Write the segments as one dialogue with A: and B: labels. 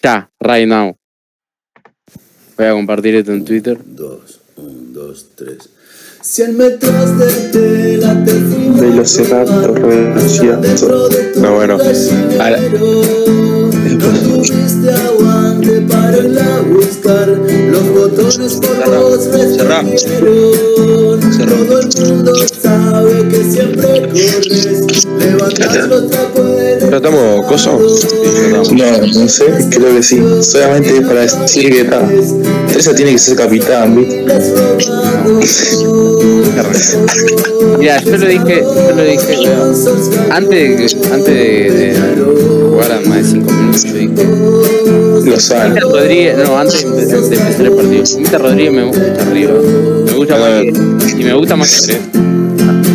A: Ta, right now. Voy a compartir esto en Twitter.
B: Dos, un, dos, tres. Cien metros de tela te fui
C: Velociraptor, Velociraptor.
D: No, bueno. Ahora-
B: tuviste aguante para ir a buscar los botones por
D: Cerrá,
B: vos me
D: cerrá.
B: trajeron.
D: Cerrá.
B: Todo el mundo sabe que siempre corres. Levantas los trapos del
D: ¿No estamos coso?
C: No, no sé, creo que sí. Solamente para decir que está. Teresa tiene que ser capitán, ¿viste?
A: Mira, yo lo dije, yo lo dije, bueno, antes, de que- antes de, de jugar a más de 5 minutos, yo dije.
C: Lo sabe.
A: Mita Rodríguez, no, antes de, de- de empezar el partido, Mita Rodríguez me gusta arriba. Me gusta más que, y me gusta más que tres.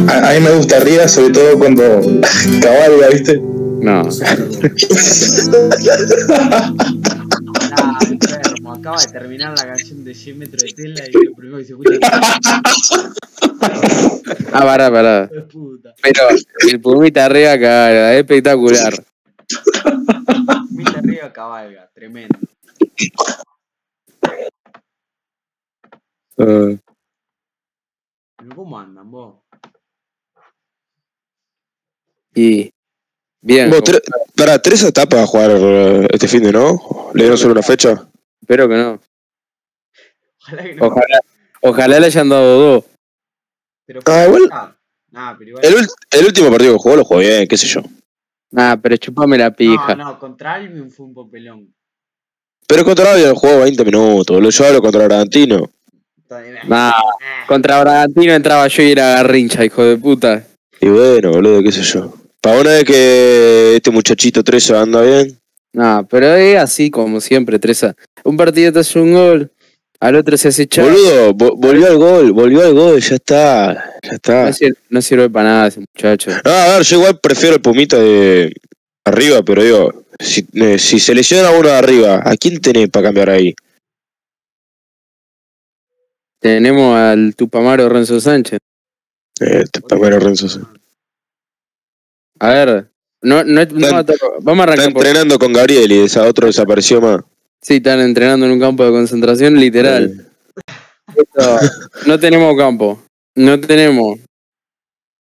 C: A, a mí me gusta arriba, sobre todo cuando cabalga, ¿viste?
A: No,
E: Ah, enfermo, acaba de terminar la canción de 100 metros de tela y lo primero que se escucha es
A: ah, pará, pará.
E: "Hijo de puta.
A: Pero el Pumita arriba cara, es espectacular.
E: Mita arriba cabalga, tremendo.
A: Eh,
E: Pero ¿Cómo andan vos?
A: y bien,
D: Vos, Tere- para Teresa está para jugar eh, este fin de no. Le dieron solo una fecha.
A: espero que no.
E: Ojalá que no.
A: Ojalá, ojalá le hayan dado dos.
E: Pero
D: Ah, igual-
E: Nah, pero igual.
D: El, ul- el último partido que jugó lo jugó bien, qué sé yo.
A: Nah, Ah, pero chupame la
E: No,
A: pija.
E: no, contra Albion fue un popelón.
D: Pero contra Arabia jugó 20 minutos, boludo. Yo hablo contra Argentino.
E: Todavía-
A: Nah,
E: Ah,
A: contra Bragantino entraba yo y era garrincha, hijo de puta.
D: Y bueno, boludo, qué sé yo. Para una vez que este muchachito 13 anda bien.
A: No, pero es así como siempre, Treza. Un partido te hace un gol, al otro se hace chavo.
D: Boludo, vo- volvió al gol, volvió al gol, ya está. Ya está.
A: No sirve, no sirve para nada ese muchacho.
D: No, Ah, a ver, yo igual prefiero el Pumita de arriba, pero digo, si, eh, si se lesiona uno de arriba, ¿a quién tenés para cambiar ahí?
A: Tenemos al Tupamaro Renzo Sánchez.
D: Eh, para ver a Renzo. sí.
A: A ver, no, no, no
D: Tan-
A: va a tocar- vamos a
D: Está
A: arrancar. por-
D: entrenando con Gabriel y esa otro desapareció más.
A: Sí, están entrenando en un campo de concentración, literal.
D: Eh,
A: Esto- no tenemos campo. No tenemos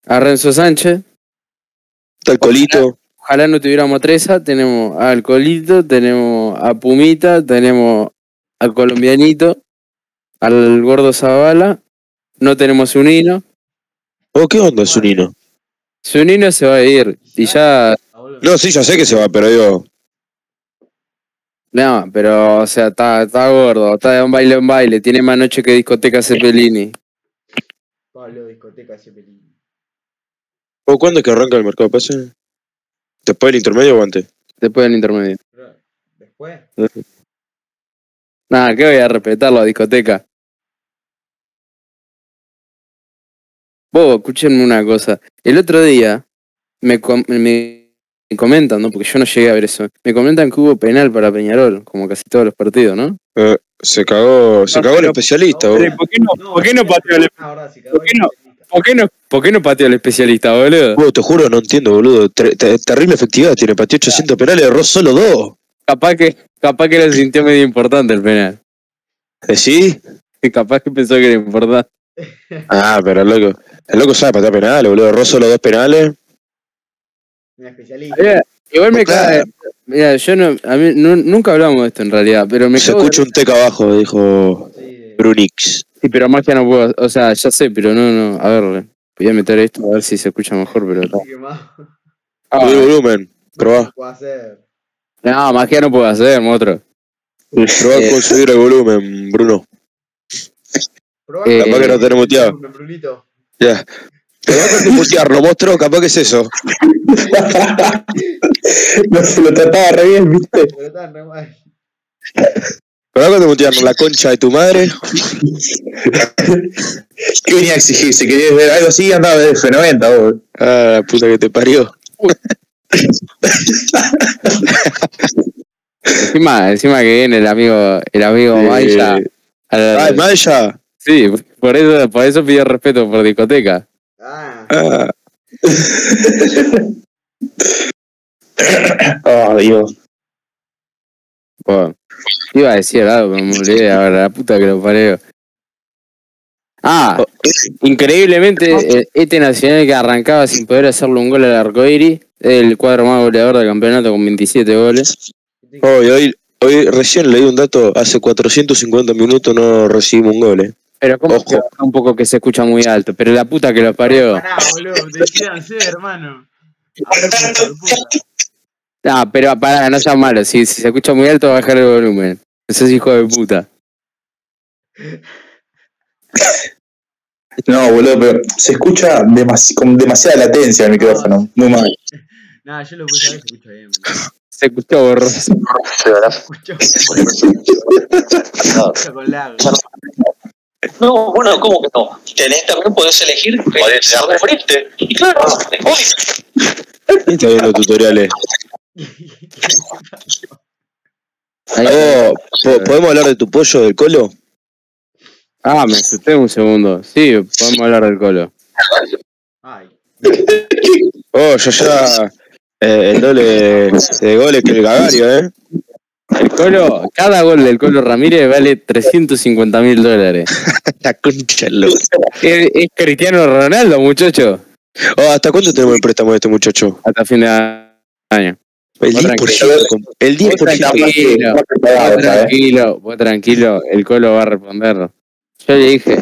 A: a Renzo Sánchez.
D: Está el colito.
A: Ojalá no tuviéramos a Treza. Tenemos al Colito, tenemos a Pumita, tenemos al Colombianito, al Gordo Zavala. No tenemos Zunino.
D: ¿O Oh, qué onda, Zunino?
A: Zunino se va a ir. Y ya.
E: boludo.
D: No, sí, ya sé que se va, pero digo,
A: No, pero, o sea, está, está gordo. Está de un baile en baile. Tiene más noche que discoteca Cepelini.
E: Pablo, discoteca ese pelín.
D: ¿o cuándo es que arranca el mercado de pases? ¿Después del intermedio o antes?
A: Después del intermedio.
E: Pero, Después,
A: Nada, que voy a respetarlo a discoteca. Vos, escúchenme una cosa. El otro día me, com- me comentan, ¿no? Porque yo no llegué a ver eso. Me comentan que hubo penal para Peñarol, como casi todos los partidos, ¿no?
D: Eh, se cagó, se
A: No,
D: cagó el
A: pero-
D: especialista, boludo.
A: ¿Por qué no, por qué no pateó el,
E: ahora sí,
A: ¿Por qué no? por qué no, por qué no pateó el especialista, boludo?
D: Boludo, te juro, no entiendo, boludo. Ter- ter- terrible efectividad tiene, pateó 800 penales, erró solo dos.
A: Capaz que, capaz que lo sintió medio importante el penal.
D: ¿Eh, ¿Sí?
A: Capaz que pensó que era importante.
D: Ah, pero el loco. El loco sabe patear penales, boludo. Erró solo dos penales.
E: Un especialista.
A: Mira, Igual me
D: Claro.
A: cae. Mira, yo no, a mí, nu- nunca hablamos de esto en realidad, pero me
D: Se
A: cago de-
D: escucha un teca abajo, dijo
E: Sí,
D: Brunix.
A: Sí, pero magia no puedo. O sea, ya sé, pero no, no. A ver, voy a meter esto a ver si se escucha mejor, pero.
E: así que más.
C: Ah.
D: Subí el volumen. Probá.
E: Puedo hacer.
A: No, magia no puedo hacer, otro.
D: Probá con subir el volumen, Bruno.
E: Probá
A: Eh, Capaz que
D: no tenemos tía.
E: Brunito.
D: Ya. Probá con mutearlo, monstruo, capaz que es eso.
C: Lo, lo trataba re bien, ¿viste?
E: Pero tan re mal.
D: Probá con mutearlo, la concha de tu madre.
C: ¿Qué venía a exigir? Si querías ver algo así, andaba de F90, vos.
D: Ah, la puta que te parió.
A: Encima, encima que viene el amigo, el amigo
D: Eh,
A: Maya. a la-
D: Ay, Maya.
A: sí, por eso, por eso pidió respeto por discoteca.
E: Ah,
D: Ah,
C: Oh, Dios.
A: Oh, iba a decir algo, pero me olvidé ahora, la puta que lo pareo. Ah, increíblemente, eh, este Nacional que arrancaba sin poder hacerle un gol al Arcoiri, es el cuadro más goleador del campeonato con 27 goles.
D: Hoy, Oh, hoy, hoy recién leí un dato, hace 450 minutos no recibimos un gol, eh.
A: Pero como
D: Ojo.
A: un poco que se escucha muy alto, pero la puta que lo parió.
E: Pará, boludo, te quedan sed, hermano. A ver, hijo de puta.
A: Ah, pero pará, no seas malo, si, si se escucha muy alto, bajar el volumen. Eso es hijo de puta.
C: No, boludo, pero se escucha demasi- con demasiada latencia el micrófono. Muy mal.
E: Nah, yo lo puse a ver si escucha bien. boludo.
A: Se escuchó borroso.
E: Escucho
F: No.
E: escucho con lag.
F: No, bueno, ¿cómo que no? Tenés también podés elegir ser de frente. Y claro, hoy.
D: ¿Quién está viendo tutoriales?
A: Ahí-
D: Oh, po- ¿Podemos hablar de tu pollo del colo?
A: Ah, me asusté un segundo. Sí, podemos hablar del colo.
E: Ay,
D: Oh, ya ya. eh, el doble de, de goles que el Gagario, eh.
A: El colo, cada gol del colo Ramírez vale 350 mil dólares.
D: La concha, loco.
A: ¿Es, es Cristiano Ronaldo, muchacho.
D: Oh, ¿hasta cuándo tenemos el préstamo de este muchacho?
A: Hasta fin de año.
D: El
A: Vos
D: 10%. El
A: Vos
D: 10%.
A: tranquilo,
C: Más que pagada,
A: vos
C: ¿sabes?
A: tranquilo, vos tranquilo, el colo va a responder. Yo le dije,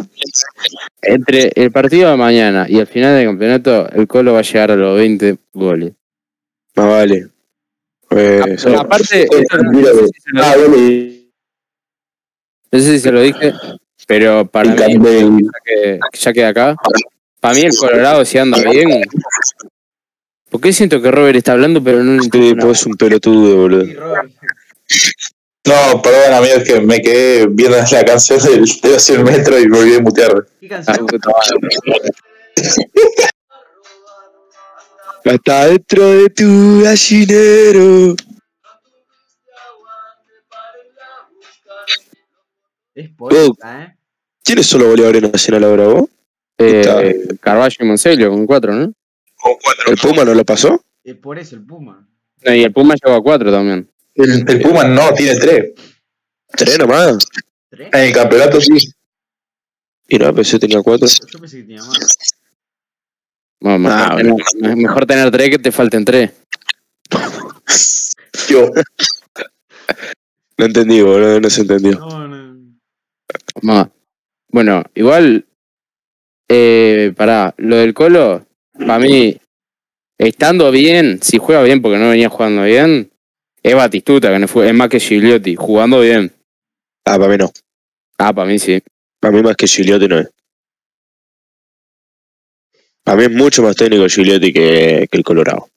A: entre el partido de mañana y el final del campeonato, el colo va a llegar a los 20 goles.
D: Más vale. Eh,
A: Pero aparte, esto no- no sé si se lo-
C: Ah, dale.
A: no sé si se lo dije, pero para
C: El
A: mí,
C: cambio.
A: que que ya queda acá. Para mí el Colorado si anda bien. ¿Por qué siento que Robert está hablando pero no lo
D: Sí,
A: entiendo?
D: pues es un pelotudo, boludo.
E: sí, Robert.
C: No, perdón, amigo, es que me quedé viendo la canción del Teo 100 metros y me olvidé de mutear.
E: ¿Qué canción?
A: Ah,
D: Hasta dentro de tu gallinero.
E: Es poeta, ¿eh?
D: ¿Quiénes son los goleadores nacionales ahora vos?
A: Eh, Carvalho y Monselio con cuatro, ¿no?
D: ¿El Puma no lo pasó?
E: Es por eso el Puma.
A: No, Y el Puma llegó a cuatro también.
C: El, el Puma no, tiene tres.
D: Tres nomás.
E: ¿Tres?
C: En el campeonato sí.
D: Y no, pensé que tenía cuatro.
E: Yo pensé que tenía más.
A: Bueno, mejor,
D: Ah,
A: tener, me- mejor tener tres que te falten tres.
C: Yo.
D: No entendí, boludo, no se entendió.
E: No, no.
A: Más. Bueno, igual, eh, pará, lo del Colo, para mí, estando bien, si juega bien porque no venía jugando bien, es Batistuta, que no fue, es más que Gigliotti, jugando bien.
D: Ah, para mí no.
A: Ah, para mí sí.
D: Para mí más que Gigliotti no es. Para mí es mucho más técnico Gigliotti que, que el Colorado.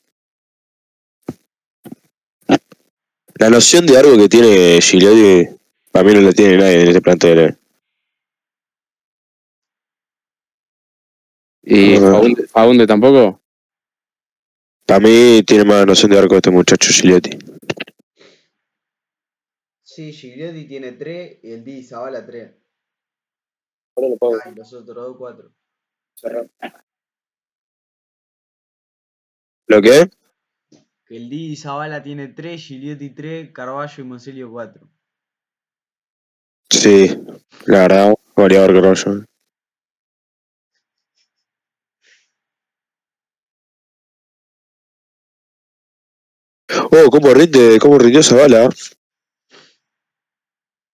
D: La noción de algo que tiene Gigliotti, para mí no la tiene nadie en este plantel. eh.
A: ¿Y
D: Ah.
A: Faunde, Faunde tampoco?
D: Para mí tiene más noción de arco este muchacho Gigliotti.
E: Sí, Gigliotti tiene 3 y el Di Zavala 3. Ah, y los otros dos 4.
D: ¿Lo que es?
E: Que el Di Zavala tiene 3, Gigliotti 3, Carballo y Moncelio 4.
D: Sí, la verdad, goleador que rollo. Oh, cómo rinde, cómo rindió esa bala.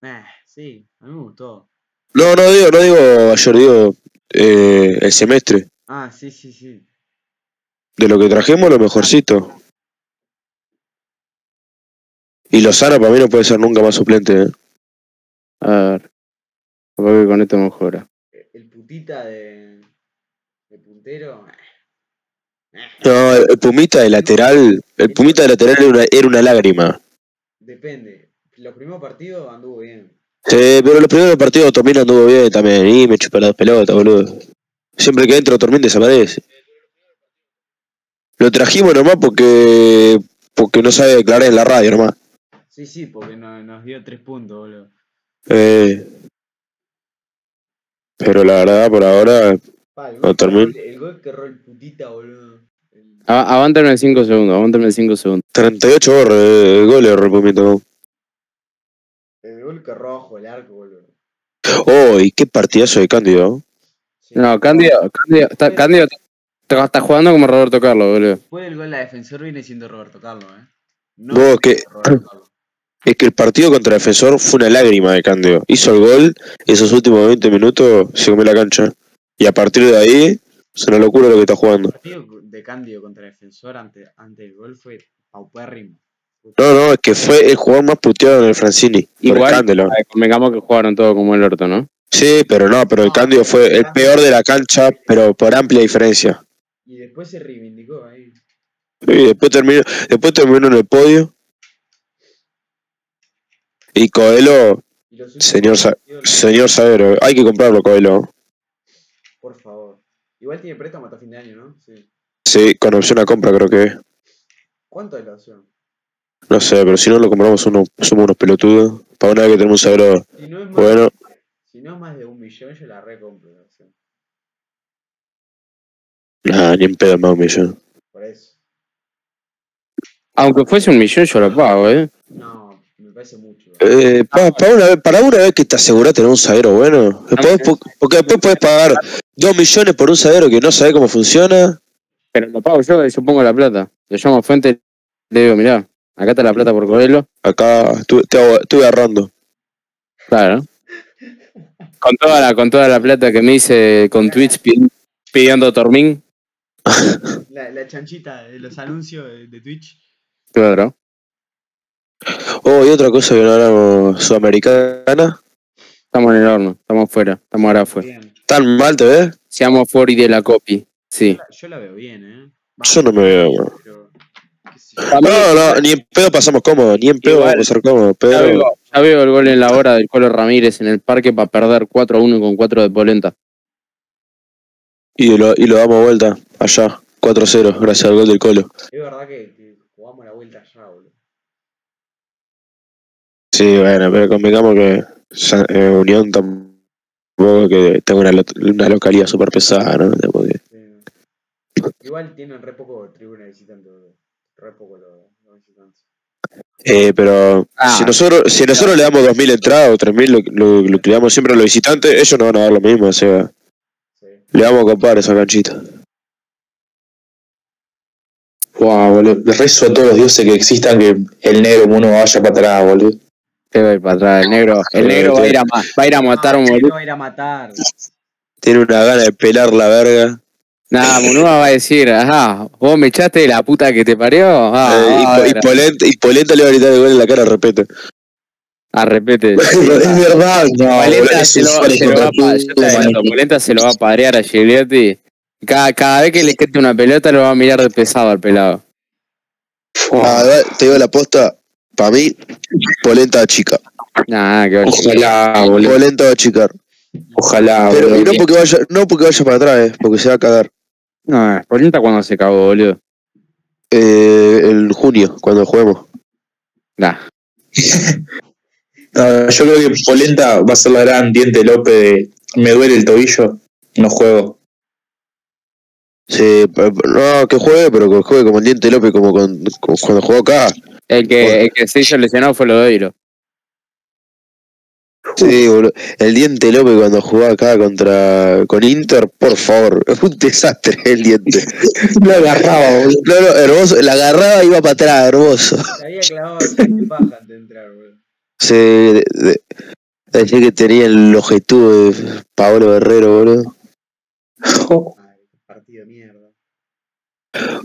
E: Eh, sí, a mí me gustó.
D: No, no digo, no digo ayer, digo eh, el semestre.
E: Ah, sí, sí, sí.
D: De lo que trajimos, lo mejorcito. Y Lozano para mí no puede ser nunca más suplente. ¿eh?
A: A ver. Capaz que con esto mejora.
E: E- El putita de. de puntero. eh, eh,
D: No, el Pumita de lateral, el Pumita de lateral era una, era una lágrima.
E: Depende. Los primeros partidos anduvo bien.
D: Sí, pero los primeros partidos Tormín anduvo bien también. Y me chupa las pelotas, boludo. Siempre que entro Tormín desaparece. Lo trajimos nomás porque porque no sabe declarar en la radio nomás.
E: Sí, sí, porque no- nos dio 3 puntos, boludo.
D: Eh, pero la verdad, por ahora,
E: Pa, el,
D: No,
E: gol que
D: termina.
E: erró el- el gol que erró el putita, boludo. El-
A: A- Avántame 5 segundos, avántame 5 segundos.
D: eh, 38 goles, goles, repumito.
E: azul que rojo el arco, boludo.
D: Oh, y qué partidazo de Cándido.
E: Sí.
A: No, Cándido, Cándido, está, Cándido está, está jugando como Roberto Carlos, boludo.
E: Después del gol la defensor viene siendo Roberto Carlos, ¿eh? No
D: Vos, que-
E: Roberto Carlos.
D: Es que el partido contra Defensor fue una lágrima de Cándido. Hizo el gol, esos últimos 20 minutos se comió la cancha. Y a partir de ahí, es una locura lo que está jugando.
E: El partido de Cándido contra defensor ante, ante el gol fue paupérrimo.
D: No, no, es que fue el jugador más puteado en el Francini. Por el
A: Igual,
D: Cándido.
A: eh, convengamos que jugaron todo como el orto, ¿no?
D: Sí, pero no, pero el Cándido fue el peor de la cancha, pero por amplia diferencia.
E: Y después se reivindicó ahí.
D: Y después terminó, después terminó en el podio. Y Coelho,
E: Y los últimos
D: Señor Sa-
E: partidos-
D: señor Sabero, hay que comprarlo, Coelho.
E: Por favor. Igual tiene préstamo hasta fin de año, ¿no? Sí.
D: Sí, con opción a compra creo que es.
E: ¿Cuánto es la opción?
D: No sé, pero si no lo compramos uno, somos unos pelotudos. Para una vez que tenemos un Sabero
E: Si no es más,
D: bueno,
E: si no es más de un millón, yo la recompro la opción.
D: nah, ni en pedo más un millón.
E: Por eso.
A: Aunque fuese un millón, yo lo pago, ¿eh?
E: No, me parece mucho.
D: Eh, pa- para, una vez, para una vez que te asegurás tener un Sabero bueno, después- po- porque después puedes pagar dos millones por un Sabero que no sabes cómo funciona.
A: Pero lo pago yo, yo pongo la plata. Lo llamo a Fuente, le digo, mirá, acá está la plata por Corelo.
D: Acá estuve, te hago- estuve ahorrando.
A: Claro. Con toda la, con toda la plata que me hice con tweets pi- pidiendo Tormín.
E: La, la chanchita de los anuncios de, de Twitch.
A: Claro.
D: Oh, y otra cosa que no hablamos, sudamericana.
A: Estamos en el horno, estamos fuera, estamos ahora afuera.
E: Bien.
D: ¿Tan mal te ves?
A: Seamos fuori de la copy.
E: Yo
A: Sí.
E: la, yo la veo bien, ¿eh? Va,
D: Yo no me veo, bro.
E: pero- qué sé yo.
D: No, no, ni en pedo pasamos cómodo, ni en pedo
A: Igual.
D: vamos a pasar cómodo,
A: Ya
D: pero
A: veo, ya veo el gol en la hora del Colo Ramírez en el parque para perder 4 a 1 con 4 de polenta.
D: y lo, y lo damos vuelta allá, 4-0, gracias al gol del Colo.
E: Es verdad que, que jugamos la vuelta allá, boludo.
D: Sí, bueno, pero convengamos que Sa- eh, Unión tampoco que tenga una, lot- una localidad súper pesada, ¿no? Tampoco que-
E: Sí, no. Igual tienen re poco tribuna visitante, boludo. Re poco los los visitantes.
D: Eh, pero
A: Ah.
D: si nosotros si nosotros le damos 2.000 entradas o 3.000, lo, lo, lo que le damos siempre a los visitantes, ellos no van a dar lo mismo, o sea,
E: Sí.
D: le vamos a comprar esa canchita.
C: Wow, boludo. Le rezo a todos los dioses que existan que el negro mono vaya para atrás, boludo.
A: Te va a ir para atrás, el negro, el negro va a ir a, ma- va a, ir a matar a un
E: Ah,
A: boludo.
E: no, era matar.
D: Tiene una gana de pelar la verga.
A: Nada, Munua va a decir, ajá, vos me echaste de la puta que te parió. Ah,
D: Eh, y,
A: ah,
D: Po- y
A: era-
D: Polenta, y Polenta le va a gritar el gol en la cara, repete.
A: Ah, repete.
C: es verdad, no, boludo,
A: Polenta
C: es
A: se
C: un
A: lo,
C: fan
A: se lo va a pa- yo te adelanto, Polenta se lo va a padrear a Gigliotti. Cada, cada vez que le quete una pelota lo va a mirar de pesado al pelado.
D: La verdad, Ah, te digo la posta, para mí, Polenta va a chica.
A: Nah, qué
C: Ojalá, boludo.
D: Polenta va a achicar.
C: Ojalá,
D: Pero y
C: Ah, boludo.
D: no porque vaya, no porque vaya para atrás, eh, porque se va a cagar.
A: No, Polenta cuando se cagó, boludo.
D: Eh, el junio, cuando juguemos.
A: Nah.
C: No, yo creo que Polenta va a ser la gran diente López de me duele el tobillo, no juego.
D: Sí, pa- no, que juegue, pero que juegue como el diente López, como, con- como cuando jugó acá.
A: El
D: Bueno.
A: que, el que se hizo lesionado fue Lodeiro.
D: Sí, boludo. El diente López cuando jugó acá contra con Inter, por favor. Es un desastre el diente.
C: Lo agarraba, boludo.
D: No, no, hermoso. La agarraba y iba para atrás, hermoso.
E: Te había clavado siete pajas antes de entrar, boludo.
D: Sí, de, de- decía que tenía el objeto de Paolo Guerrero, boludo.
E: Ay, qué partido de mierda.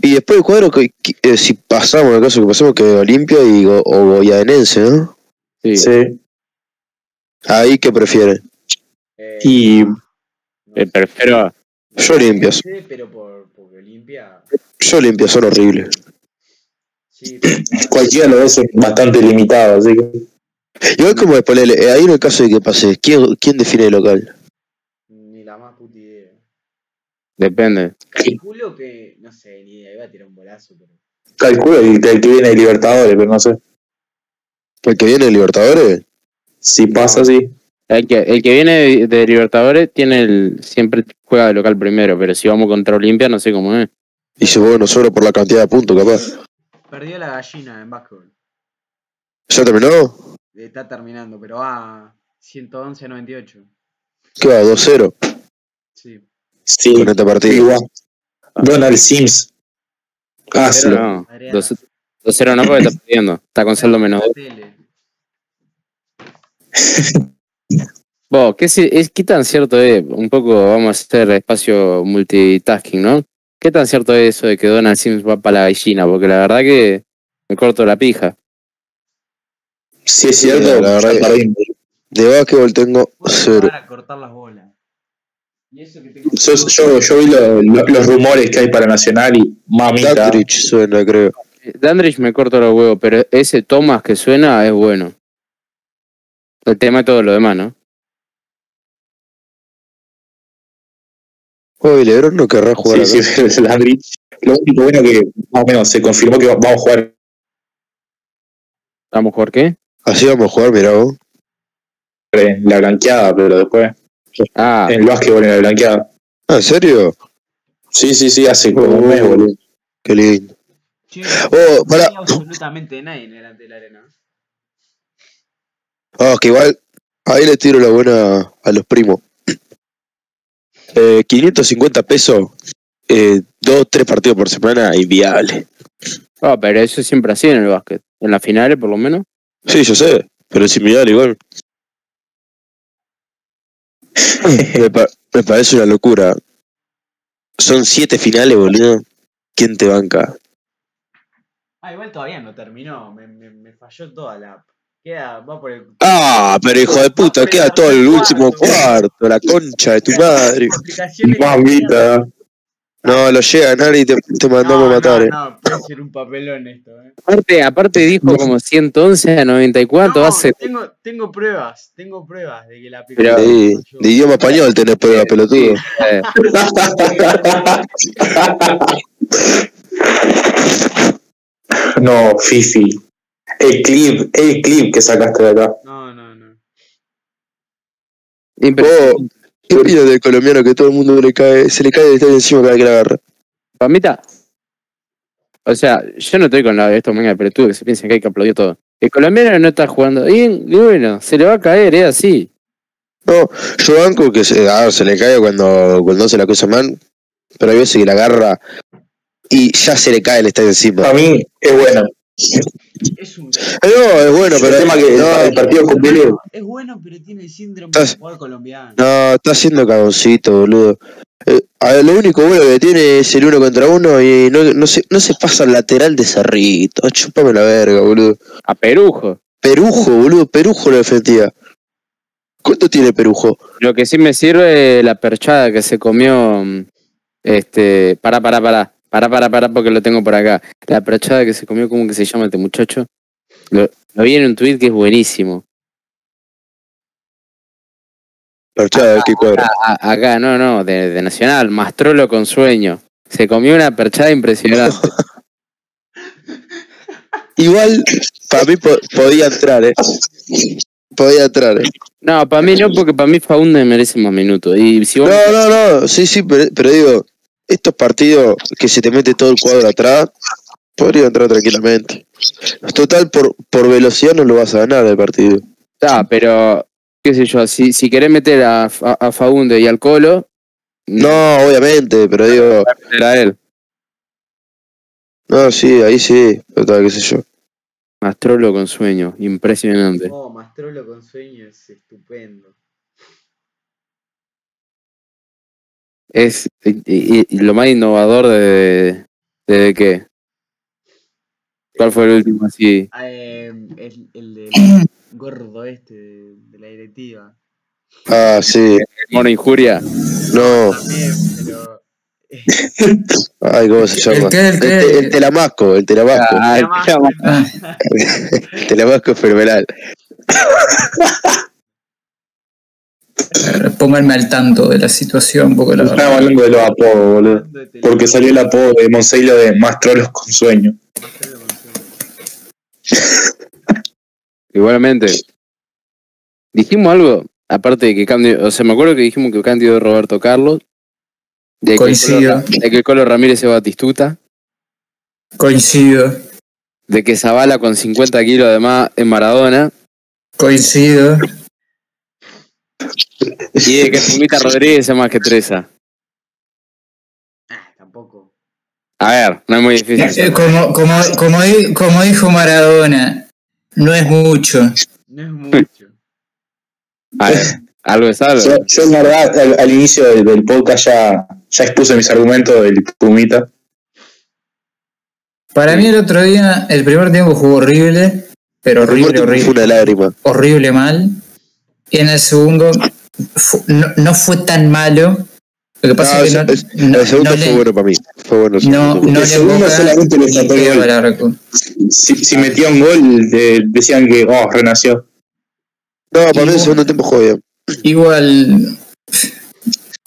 D: Y después el cuadro, que, que- eh, si pasamos, en el caso que pasemos, que Olimpia y Go- o Goyanense, ¿no?
A: Sí.
C: Sí.
D: Ahí que prefieren.
E: Eh,
C: Y
E: no
A: Eh,
E: sé.
A: prefiero,
D: Yo limpias.
E: Sí, pero por, porque Olimpia.
D: Yo Olimpia son horribles.
E: Sí, pero-
C: cualquiera de los dos es bastante limitado, así que.
D: Igual como es ponele, eh, ahí en el caso de que pase, ¿quién, quién define el local?
E: Ni la más puta idea.
A: depende.
E: Calculo que. No sé, ni idea. Iba a tirar un bolazo, pero.
C: Calculo el, el que viene de Libertadores, pero no sé.
D: ¿El que viene de Libertadores?
C: Si pasa así.
A: El que, el que viene de, de Libertadores tiene el, siempre juega de local primero, pero si vamos contra Olimpia no sé cómo es.
D: Y se bueno, solo por la cantidad de puntos, capaz.
E: Perdió la gallina en básquetbol.
D: ¿Ya terminó?
E: está terminando, pero va 111-98.
D: ¿Qué va? 2-0
E: Sí.
C: Sí,
D: con este partido.
C: igual. Donald Sims. Ah, sí.
A: No,
E: Adriana.
A: 2-0 no porque está perdiendo. Está con saldo menos dos.
E: La tele.
A: Vos, ¿qué, si- es, ¿qué tan cierto es? Un poco vamos a hacer espacio multitasking, ¿no? ¿Qué tan cierto es eso de que Donald Sims va para la gallina? Porque la verdad que me corto la pija.
C: Sí, es cierto.
D: La verdad
C: ya
D: que-
C: perdimos.
D: De básquetbol tengo
E: Vos te
D: 0.
E: van a cortar las bolas. Y eso que tengo.
C: Yo, yo, yo vi lo- lo- los rumores que hay para Nacional y mamita.
D: Dactrich suena, creo.
A: Dandridge me corto los huevos, pero ese Thomas que suena es bueno. El tema es todo lo demás, ¿no?
D: Uy, Lebron no querrá jugar
C: Sí,
D: acá.
C: sí, el Aldridge. Lo único bueno que más o menos se confirmó que va- vamos a jugar.
A: ¿Vamos a jugar qué?
D: Así vamos a jugar, mirá vos.
C: En la blanqueada, pero después
A: Ah,
C: en el básquetbol en la blanqueada.
D: Ah, ¿En serio?
C: Sí, sí, sí, hace como un mes, boludo.
D: Qué lindo.
E: Che,
D: Oh,
E: no
D: pará.
E: hay absolutamente nadie delante de la arena.
D: Ah, que igual. Ahí le tiro la buena a los primos. Eh, 550 pesos. Eh, dos, tres partidos por semana, inviable.
A: ah, pero eso es siempre así en el básquet. En las finales, por lo menos.
D: Sí, yo sé, pero es inviable igual. me, pa- me parece una locura. Son siete finales, boludo. ¿Quién te banca?
E: Ah, igual todavía no terminó. Me, me, me falló toda la. Queda, va por el.
D: Ah, pero hijo de puta, queda todo el último cuarto, la concha de tu madre.
E: Complicaciones-
C: Mamita.
D: No, lo llega a ganar y te, te mandamos
E: no,
D: a matar. eh.
E: No, no, puede ser un papelón esto, eh.
A: Aparte, aparte dijo como 111 a 94
E: No,
A: hace...
E: tengo, tengo pruebas, tengo pruebas de que la
A: Pero-
E: picada
D: Sí,
E: falló.
D: de idioma español tenés prueba, pelotudo.
A: eh,
C: No, Fifi. El clip, el clip que sacaste de acá.
E: No, no, no.
A: impresionante.
D: Vos, ¿Qué opinas del colombiano que todo el mundo le cae, se le cae el estadio encima cada vez que la agarra?
A: Pamita. O sea, yo no estoy con la de estos mangas de pelotudos que se piensan que hay que aplaudir todo. El colombiano no está jugando bien, y bueno, se le va a caer, es así.
D: No, yo banco que se, a ver, se le cae cuando, cuando hace la cosa mal, pero hay veces que la agarra y ya se le cae el estadio encima.
C: A mí es bueno.
E: Es un.
D: Eh, No, es bueno, Ah,
C: el
D: pero
C: tema que
D: no,
C: el partido con Pelé.
E: Es bueno, pero tiene el síndrome
D: Estás-
E: de jugador colombiano.
D: no, está haciendo cagoncito, boludo. Eh, a ver, lo único bueno que tiene es el uno contra uno y no, no, se, no se pasa al lateral de Cerrito. Ah, Chupame la verga, boludo.
A: A Perujo.
D: Perujo, boludo, Perujo lo defendía. ¿Cuánto tiene Perujo?
A: Lo que sí me sirve es la perchada que se comió. mm, Este. Pará, pará, pará. Pará, pará, pará, porque lo tengo por acá. La perchada que se comió, ¿cómo que se llama este muchacho? Lo, lo vi en un tweet que es buenísimo.
D: Perchada, ¿qué cuadro?
A: A- acá, no, no, de, de Nacional, Mastrolo con sueño. Se comió una perchada impresionante.
D: Igual, para mí po- podía entrar, eh. Podía entrar, eh.
A: No, para mí no, porque para mí Faunde merece más minutos. Y si vos
D: No, no, no, sí, sí, pero, pero digo, estos partidos que se te mete todo el cuadro atrás, podría entrar tranquilamente. Total, por, por velocidad no lo vas a ganar el partido.
A: Ah, pero, qué sé yo, si, si querés meter a, Fa- a Faunde y al Colo,
D: No, obviamente, pero digo,
A: era él.
D: no, sí, ahí sí, total, qué sé yo.
A: Mastrolo con sueño, impresionante.
E: Oh, Mastrolo con sueño es estupendo.
A: Es y, y- y lo más innovador de, de, de qué. ¿Cuál fue el último así?
E: Ah, eh, el, el del gordo este de, de la directiva.
D: Ah, sí,
A: Mono Injuria.
D: no,
E: También, pero.
D: ay, ¿cómo se llama?
B: El que, el
D: El,
B: que.
A: Este
D: te- el telamasco, el telamasco,
A: Ah,
E: Era más-
A: el pijama.
D: el telamasco es fenomenal.
B: Pónganme al tanto de la situación, porque la verdad.
C: Estaba hablando de los apodos, boludo.
E: hablando de tele-
C: Porque salió el apodo de Monseilo de Más Trolos con Sueño.
E: Mastrolo con sueño.
A: Igualmente. Dijimos algo, aparte de que Cándido, o sea, me acuerdo que dijimos que Cándido es Roberto Carlos. De que el Colo-
B: Coincido.
A: de que el Colo Ramírez es Batistuta.
B: Coincido.
A: de que Zavala con 50 kilos además en Maradona.
G: Coincido.
A: Y es que Fumita Rodríguez es más que Teresa.
E: Ah, tampoco.
A: A ver, no es muy difícil.
G: Eh, Como, como, como, di- como dijo Maradona, no es mucho.
E: No es mucho.
A: A ver, algo es algo.
C: Yo, yo, en verdad, al, al inicio del, del podcast ya, ya expuse mis argumentos del Pumita.
G: Para mí el otro día, el primer tiempo jugó horrible, pero horrible,
D: Fue
G: horrible,
D: una lágrima.
G: horrible mal. Y en el segundo fu- no, no fue tan malo. Lo que pasa
D: No,
G: es que
D: el,
G: no, no-
D: el segundo
G: no
D: fue
G: le-
D: bueno para mí. Fue bueno. el
G: no-
D: segundo.
G: no
C: El
G: le
C: segundo
G: boca
C: solamente le
G: ni
C: sacó
G: queda
C: gol.
G: al arco.
C: Si, si metía un gol, de- decían que, oh, renació.
D: No, para mí el
G: Igual.
D: segundo tiempo jugó bien.
G: Igual.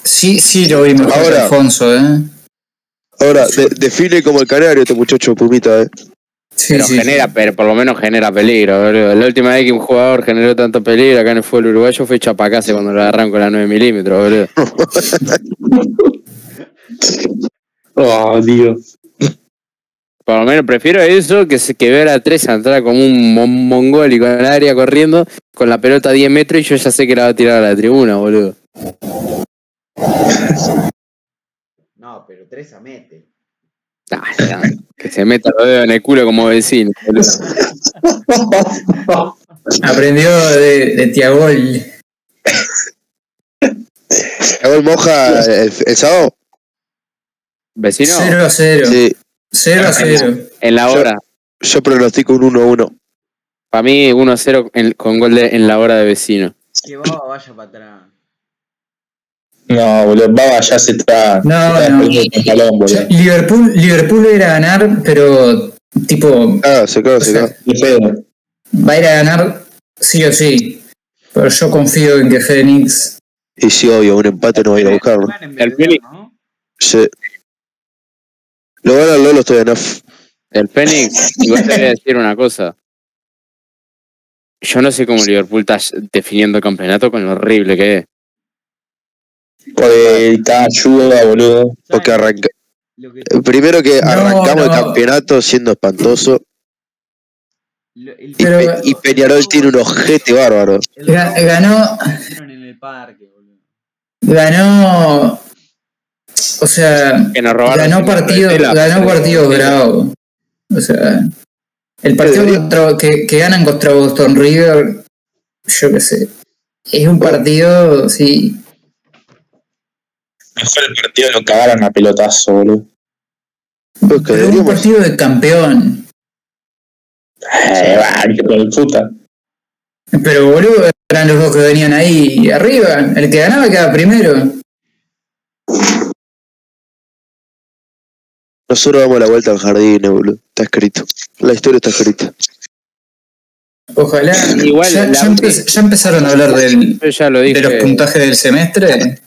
G: Sí, sí lo vi mejor que
D: Ahora.
G: Alfonso, ¿eh?
D: Ahora, de- define como el canario este muchacho Pumita, eh.
G: Sí,
A: Pero
G: sí.
A: genera, pero por lo menos genera peligro, boludo. La última vez que un jugador generó tanto peligro acá en el fútbol uruguayo fue Chapacase cuando lo agarraron con la 9 milímetros, boludo.
C: Oh, Dios.
A: Por lo menos prefiero eso que, se- que ver a tres entrar como un mon- mongólico en el área corriendo con la pelota a 10 metros y yo ya sé que la va a tirar a la tribuna, boludo.
E: No, pero Teresa mete.
A: Ah, ya, que se meta los dedos en el culo como vecino. boludo.
G: Aprendió de, de Tiagol.
D: Hago el moja eh, el, el sábado.
A: Vecino,
G: 0 a 0.
D: Sí,
G: 0 a 0.
A: en la
D: Yo-
A: hora.
D: yo pronostico un 1-1.
A: Para mí 1-0 en- con gol de- en la hora de vecino.
E: Que Baba vaya para atrás.
C: No, boludo, Baba ya se está.
G: No,
C: se está
G: no.
C: despertando el pantalón, boludo.
G: Liverpool, Liverpool va a ir a ganar, pero tipo,
D: Ah, se cago, se
G: O sea,
D: cago.
C: Ni pedo.
G: va a ir a ganar sí o sí. Pero yo confío en que Fénix.
D: Y sí, obvio, un empate no va a ir a buscar, ¿no?
E: Juegan en Belgrano,
A: Félix.
E: ¿no?
D: Sí. Lo gana el Lolo, estoy en AF.
A: El Fénix, igual te voy a decir una cosa. Yo no sé cómo Liverpool está definiendo el campeonato con lo horrible que es.
C: Por el ayuda, boludo.
E: ¿Saben
D: Porque arranca.
E: lo que-
D: Primero que arrancamos el
G: no.
D: campeonato siendo espantoso.
E: lo- el-
D: Y,
G: Pero-
D: Pe- y Peñarol tiene un ojete bárbaro.
E: el
G: Ga-
E: robo
G: ganó,
E: que hicieron en el parque, boludo.
G: ganó. O sea,
A: Que nos robaron.
G: ganó partidos, ganó partidos bravos. O sea, el partido
D: debería-
G: contra- que, que ganan contra Boston River, yo qué sé. Es un partido, sí,
C: Mejor el partido lo cagaron a pelotazo, boludo.
D: Creo Pues que
G: pero un
D: deberíamos-
G: partido de campeón.
C: Eh, bah, qué hijo de puta.
G: Pero boludo, eran los dos que venían ahí arriba. El que ganaba quedaba primero.
D: Nosotros damos la vuelta al jardín, eh, boludo. Está escrito. La historia está escrita.
G: Ojalá.
A: Igual,
G: ya,
A: la-
G: ya empe- ya empezaron a hablar del-
A: Yo ya lo
G: de
A: dije.
G: los puntajes del semestre.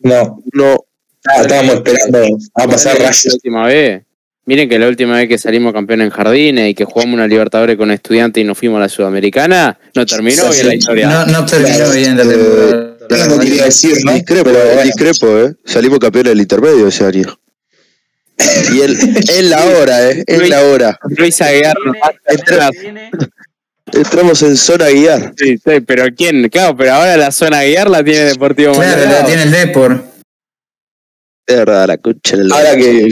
C: No, Eh,
D: No,
C: ah, estábamos esperando a pasar
A: la
C: rayos.
A: última vez. Miren que la última vez que salimos campeón en jardines y que jugamos una Libertadores con estudiantes y nos fuimos a la Sudamericana, no terminó bien la historia. Eh,
G: No, no terminó
C: Claro.
G: bien la temporada.
C: Yo no quería decir, ¿no?
D: discrepo,
C: Pero bueno.
D: discrepo, ¿eh? Salimos campeones del intermedio ese año. Y el- en la hora, ¿eh? En la hora.
A: Luis Aguiar nos
E: Viene,
A: hace atrás.
E: viene,
D: Entramos en zona guiar.
A: Sí, sí, pero ¿quién? Claro, pero ahora la zona Aguiar la tiene Deportivo
G: Claro,
A: Maldonado.
G: la tiene el Depor.
D: Es verdad, la concha de la-
C: Ahora que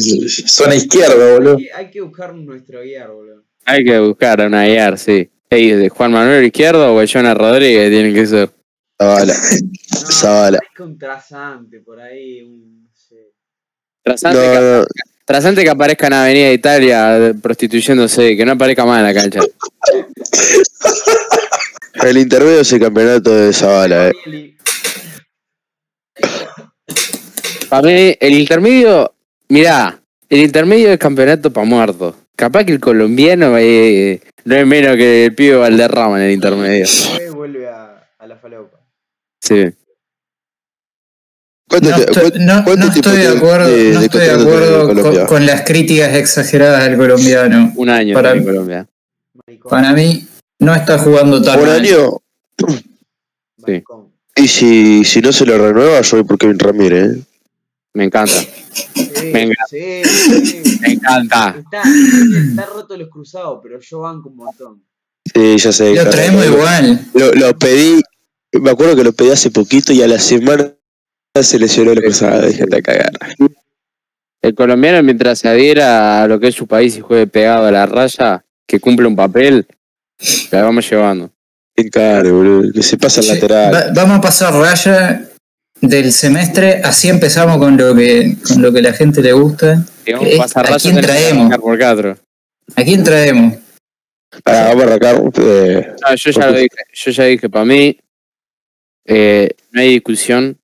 C: zona izquierda, boludo.
E: viene. Hay que buscar nuestro guiar, boludo.
A: Hay que buscar a un Aguiar, sí. Ey, ¿de Juan Manuel Izquierdo o Bayona Rodríguez tienen que ser.
D: Zavala.
E: No,
D: Zavala.
E: hay que un trazante por ahí, un, no sé.
A: Trasante, que,
D: No, no,
A: trasante que aparezca en Avenida Italia eh, prostituyéndose, que no aparezca más en la cancha.
D: el intermedio es el campeonato de Zavala, ¿eh?
E: Eli,
A: Para mí, el intermedio, mirá, el intermedio es campeonato para muertos. Capaz que el colombiano eh, no es menos que el pibe Valderrama en el intermedio.
E: después vuelve a, a la falopa.
A: Sí.
D: ¿Cuánto,
G: No
D: te-
G: estoy,
D: cuánto-
G: no-
D: cuánto
G: no
D: tiempo
G: estoy de
D: tiene
G: acuerdo,
D: de-
G: no
D: de
G: estoy de
D: contrato tiene
G: acuerdo
D: Colombia?
G: con, con las críticas exageradas del colombiano.
A: Un año
G: Para-
A: tiene Colombia.
E: Maricón,
G: Para mí, no está jugando tan
D: ¿Un
G: mal.
D: año?
E: maricón.
D: Y si, si no se lo renueva, yo voy por Kevin Ramírez, ¿eh?
A: Me encanta.
E: Sí,
A: Venga.
E: sí, sí.
A: Me encanta.
D: Ah.
E: Está, está roto los cruzados, pero yo banco un montón.
D: Sí, ya sé.
G: Lo
D: claro.
G: traemos igual.
D: Lo, lo pedí, me acuerdo que lo pedí hace poquito y a la semana se lesionó la cruzada, déjate a cagar.
A: El colombiano, mientras se adhiera a lo que es su país y juegue pegado a la raya, que cumple un papel, la vamos llevando.
D: Qué caro, boludo. Que se pasa al
G: Sí,
D: lateral.
G: va- vamos a pasar raya del semestre, así empezamos con lo que, con lo que la gente le gusta.
A: Digamos,
G: Eh,
A: pasa
G: ¿a
A: raya,
G: quién
A: tenés que
G: traemos?
A: arrancar por cuatro.
G: ¿A quién traemos?
D: Ah, vamos a arrancar. eh,
A: No, yo ya lo dije, yo ya dije, para mí eh, no hay discusión.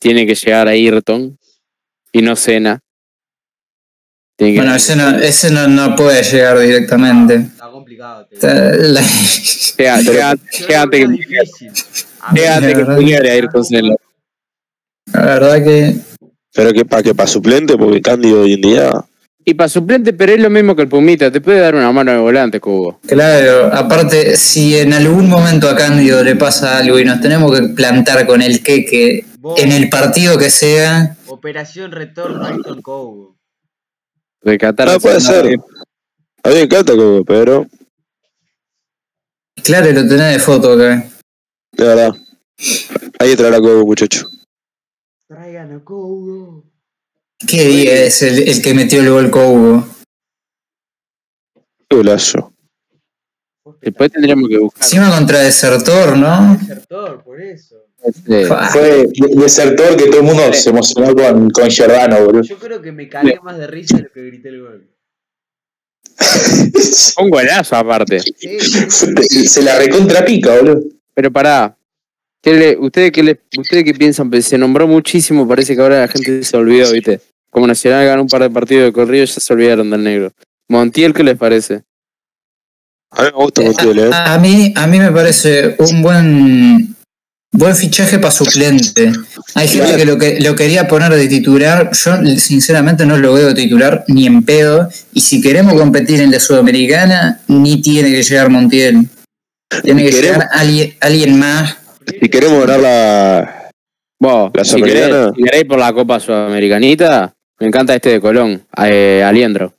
A: Tiene que llegar a Ayrton y no Cena. Tiene que-
G: Bueno, ese no, ese no, no puede llegar directamente.
E: Está complicado. te digo.
G: Está- la-
A: llega, llega-
E: Yo
A: llega
E: lo
A: antes
E: veo
A: que,
E: difícil. A
A: llega
E: mí-
A: antes que Pugliari a Ayrton Senna.
G: la verdad que
D: pero que para que para suplente, porque Candy hoy en día.
A: Y para suplente, pero es lo mismo que el Pumita. Te puede dar una mano de volante, Cubo.
G: Claro, aparte, si en algún momento a Cándido le pasa algo y nos tenemos que plantar con el queque
E: Vos,
G: en el partido que sea,
E: Operación Retorno a Ayrton Cobo.
A: De Qatar.
D: No, puede ser. A mí me encanta como, pero.
G: claro, lo tenés de foto acá.
D: De verdad. Hay que traer a Cobo, muchacho.
E: Traigan a Cobo.
G: ¿Qué día es el, el que metió el gol Cougo?
D: Qué golazo.
A: Después Eh, pues tendríamos que buscar.
G: Encima contra Desertor, ¿no?
E: Desertor, por eso.
A: ese-
G: Fa,
C: Fue de- desertor que todo el mundo se emocionó con, con Giordano, boludo.
E: Yo creo que me cagué más de risa de lo que grité el gol.
A: Un golazo aparte.
E: Sí, sí, sí.
C: Se, se la recontrapica, boludo.
A: Pero pará. ¿Qué le- ¿Ustedes qué, le- ustedes qué piensan? Pues se nombró muchísimo, parece que ahora la gente se olvidó, ¿viste? Como Nacional ganó un par de partidos de corrido, ya se olvidaron del negro. Montiel, ¿qué les parece?
D: A mí me gusta Montiel, eh.
G: A, a mí, a mí me parece un buen buen fichaje para suplente. Hay gente que lo, que lo quería poner de titular, yo sinceramente no lo veo titular ni en pedo. Y si queremos competir en la Sudamericana, ni tiene que llegar Montiel. Tiene que
D: ¿Queremos?
G: llegar alguien, alguien más.
D: Si queremos ganar la.
A: Vos,
D: La
A: si querés,
D: Sudamericana.
A: si querés por la Copa Sudamericanita, me encanta este de Colón, eh, Aliendro.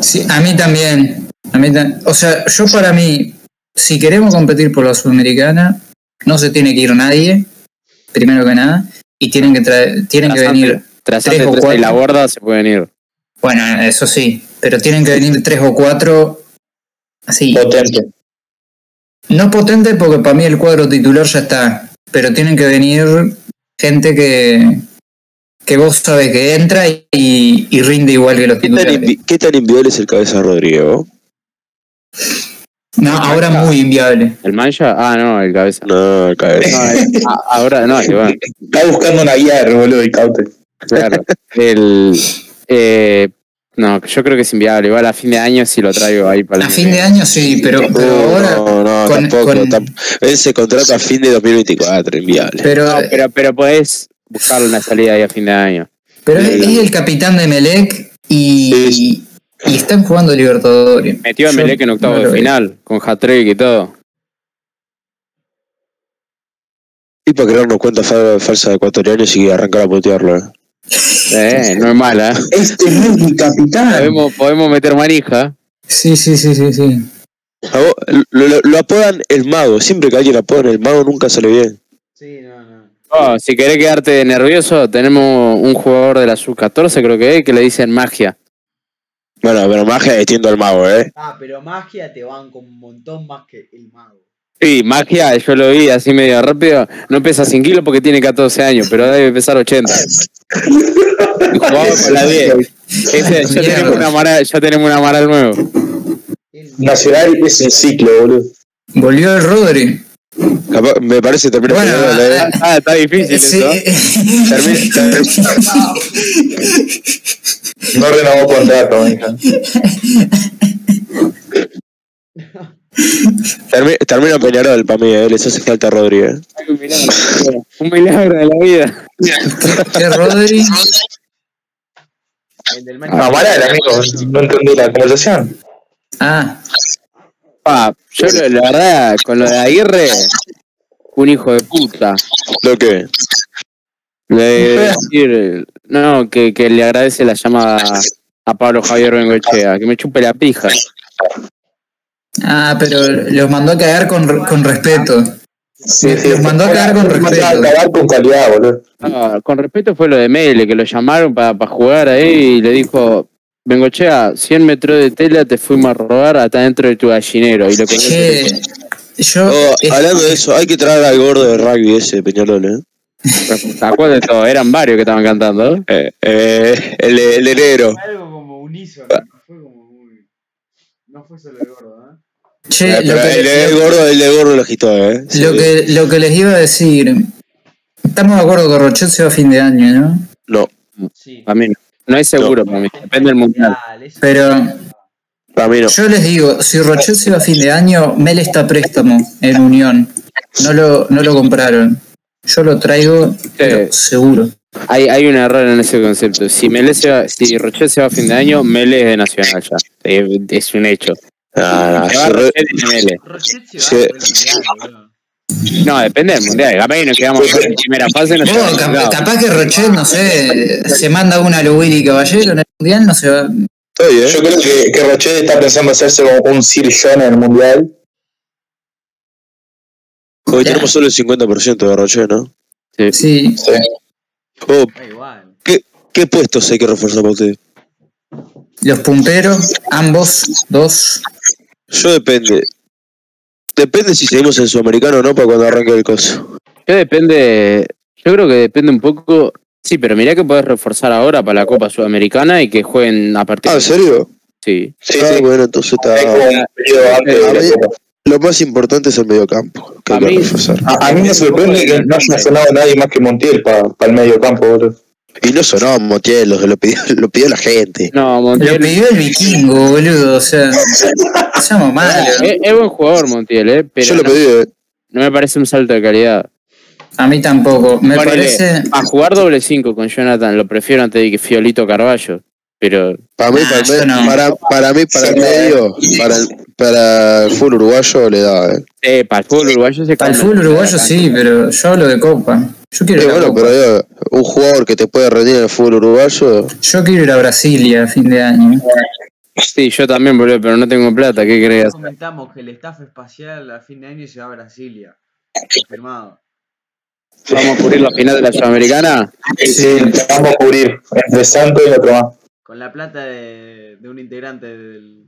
G: Sí, a mí también. A mí ta- o sea, yo para mí, si queremos competir por la Sudamericana, no se tiene que ir nadie, primero que nada, y tienen que, traer, tienen que
A: Trasante.
G: venir
A: Tras
G: Tres o
A: antes tres
G: cuatro.
A: y la borda se pueden ir.
G: Bueno, eso sí, pero tienen que venir tres o cuatro así.
C: Potente.
G: No potente porque para mí el cuadro titular ya está, pero tienen que venir gente que, que vos sabes que entra y, y rinde igual que los
D: ¿Qué tan,
G: titulares.
D: invi- qué tan inviable es el cabeza Rodrigo?
G: No, ahora muy inviable.
A: ¿El Mancha? Ah, no, el cabeza.
D: No, el cabeza.
A: No, el- a- ahora no, que va.
C: Está buscando una guía, boludo, y caute.
A: Claro. El, eh, no, yo creo que es inviable. Igual a fin de año si lo traigo ahí para el
G: A
A: año
G: fin
A: que
G: de año sí, pero, pero
D: No,
G: ahora...
D: Uh, no, no,
G: con-
D: tampoco.
G: con-
D: tam- Él se contrata a fin de 2024, inviable.
G: Pero,
A: No, pero, pero podés buscar una salida ahí a fin de año.
G: pero es el capitán de Melec y, y están jugando Libertadores.
A: Metió a
G: Yo
A: Melec en octavo
G: no lo
A: de
G: veo.
A: final, con hat-trick y todo.
D: Y para crearnos cuentas fa- falsas ecuatorianas y arrancar a putearlo, eh.
A: Eh, no es mala. ¿eh?
C: Este no es mi capitán.
A: Podemos, podemos meter manija.
G: Sí, sí, sí, sí, sí.
D: A vos, lo, lo- lo apodan el mago. Siempre que alguien apodan el mago, nunca sale bien.
E: Sí, no, no.
A: Oh, si querés quedarte nervioso, tenemos un jugador de la sub-14, creo que es, que le dicen magia.
D: Bueno, pero magia extiendo al mago, ¿eh?
E: Ah, pero magia te van con un montón más que el mago.
A: Sí, magia, yo lo vi así medio rápido. No pesa 100 kilos porque tiene 14 años, pero debe pesar 80. Y Jugaba con la 10. Ese- ya, tenemos una mara, ya tenemos una mara nueva.
E: El
C: Nacional es un ciclo, boludo.
G: Volvió el Rodri.
D: Capaz- me parece también
G: Bueno,
D: español, ¿eh?
G: ah,
A: Ah, está difícil
G: Sí.
A: eso.
D: Termi- ter-
C: No renovó contrato, mija.
D: termi- termina Peñarol para mí, ¿eh? Les hace falta a Rodríguez.
A: Un milagro. Un milagro de la vida.
G: ¿Qué Rodri?
E: El del
C: No,
E: Manchester.
C: pará, amigo. No entendí la conversación.
G: Ah,
A: Pa, yo lo- la verdad, con lo de Aguirre, un hijo de puta.
D: ¿Lo que
A: Le decir, no, que, que le agradece la llamada a Pablo Javier Bengochea, que me chupe la pija.
G: Ah, pero los mandó a cagar con, con respeto.
C: Sí,
G: Los mandó a cagar con
C: Los mandó a
G: respeto.
C: cagar con calidad, boludo.
A: Ah, con respeto fue lo de Mele, que lo llamaron para jugar ahí y le dijo, Bengochea, 100 metros de tela te fuimos a robar hasta dentro de tu gallinero. Y lo colgó el
G: Che,
A: teléfono.
G: yo.
D: No,
G: es-
D: Oh, hablando de eso, hay que traer al gordo de rugby ese, Peñarol, ¿eh?
A: ¿Te acuerdas de todo? Eran varios que estaban cantando. ¿eh?
D: Eh, eh, el, de- el de negro.
E: Fue algo como unísono, que fue como muy. No fue solo el gordo, ¿eh?
D: Eh,
G: Che, lo
D: pero
G: que,
D: el, de- el gordo, el de gordo lo agitó, ¿eh? Sí.
G: lo, que, lo que les iba a decir. Estamos de acuerdo que Rochet se va a fin de año, ¿no?
D: No,
E: Sí.
A: Para mí no. No es seguro para mí. Depende del mundial.
E: eso-
G: Pero-
D: para mí no.
G: Yo les digo, si Rochet se va a fin de año, Mel está a préstamo en Unión. No lo, no lo compraron. Yo lo traigo pero seguro.
A: Hay, hay un error en ese concepto. Si Mele se va, si Rochelle se va a fin de año, Mele es de Nacional ya. Eh, Es un hecho.
D: Ah, no,
A: Se va
D: yo re-
A: Rochelle y Mele.
E: Rochet se va
D: Sí.
E: a olvidar, boludo.
A: No, depende del mundial. Capaz que nos quedamos fuera en primera fase. No se va
G: Vos,
A: a
G: cap-
A: ningún lado.
G: capaz que Rochet, no sé, se manda una a lo Willy Caballero en el Mundial, no se va.
D: estoy, ¿eh?
C: Yo creo que, que Roche está pensando hacerse como un Sir John en el mundial.
D: Hoy tenemos solo el 50% de Roche, ¿no?
G: Sí.
D: Oh,
E: Da igual.
D: ¿Qué puestos hay que reforzar para ustedes?
G: Los punteros, ambos, dos.
D: Yo depende. Depende si seguimos en Sudamericano o no para cuando arranque el coso.
A: Yo depende. Yo creo que depende un poco. Sí, pero mirá que podés reforzar ahora para la Copa Sudamericana y que jueguen a partir.
D: Ah, ¿en serio?
A: sí.
C: Sí,
D: ah,
C: sí.
D: bueno, entonces está.
C: Hay como un periodo antes de la
D: Eh,
C: Copa.
D: Lo más importante es el mediocampo, que hay
A: A
D: que
A: mí-
D: reforzar.
C: A, a mí me sorprende que no haya sonado nadie más que Montiel para el medio campo, boludo.
D: Y no sonó Montiel, lo, lo pidió, lo pidió la gente.
A: No,
G: Lo
A: Montiel.
G: pidió el vikingo, boludo. O sea, somos malos.
A: Es, es buen jugador, Montiel, eh, pero
D: Yo lo
A: no,
D: pedí, eh.
A: no me parece un salto de calidad.
G: A mí tampoco. Me
A: Ponele,
G: parece.
A: A jugar doble 5 con Jonathan lo prefiero antes de que Fiolito Carballo. Pero
D: Para mí,
G: Ah,
D: para, el
G: yo
D: me-
G: no.
D: para, para mí, para el medio, para el, para el fútbol uruguayo le daba, eh.
A: eh, para el fútbol uruguayo se
G: Para el
A: come
G: fútbol
A: la
G: uruguayo
A: cancha.
G: sí, pero yo hablo de Copa. Yo quiero
D: Sí,
G: ir a
D: bueno,
G: Copa.
D: pero digo, un jugador que te puede rendir en el fútbol uruguayo,
G: Yo quiero ir a Brasilia a fin de año.
A: Sí, yo también, boludo, pero no tengo plata, ¿qué
E: Ya
A: creas?
E: comentamos que el staff espacial a fin de año se va a Brasilia. Confirmado.
A: ¿Vamos a cubrir la final de la Sudamericana?
C: Sí, te vamos a cubrir entre Santo y el otro más.
E: Con la plata de, de un integrante del,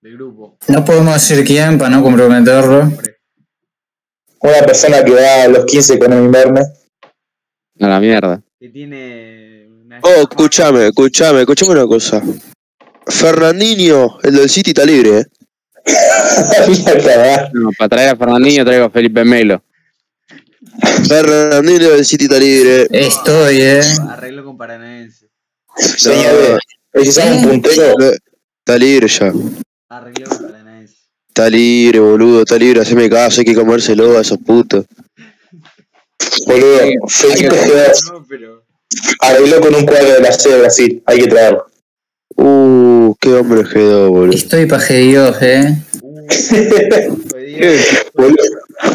E: del grupo.
G: No podemos decir quién para no comprometerlo.
C: Una persona que da los 15 con el invierno.
A: A la mierda.
E: Que tiene. Una
D: Oh, escúchame, escúchame, escúchame una cosa. Fernandinho, el del City está libre, ¿eh?
A: No, para traer a Fernandinho traigo a Felipe Melo.
D: Fernandinho del City está libre.
G: Estoy, eh.
E: Arreglo con Paranaense.
C: Señores, precisamos un puntero.
D: No, Está libre ya.
E: Arreglo con Paranaense.
D: Está libre, boludo, está libre. Haceme caso, hay que comérselo a esos putos.
C: Boludo, Felipe Gedor
E: No, pero.
C: arregló con un cuadro de la C de Brasil. Hay que traerlo.
D: Uh, qué hombre quedó, boludo.
G: Estoy paje Dios, eh.
E: Uh, fue Diego.
C: Boludo,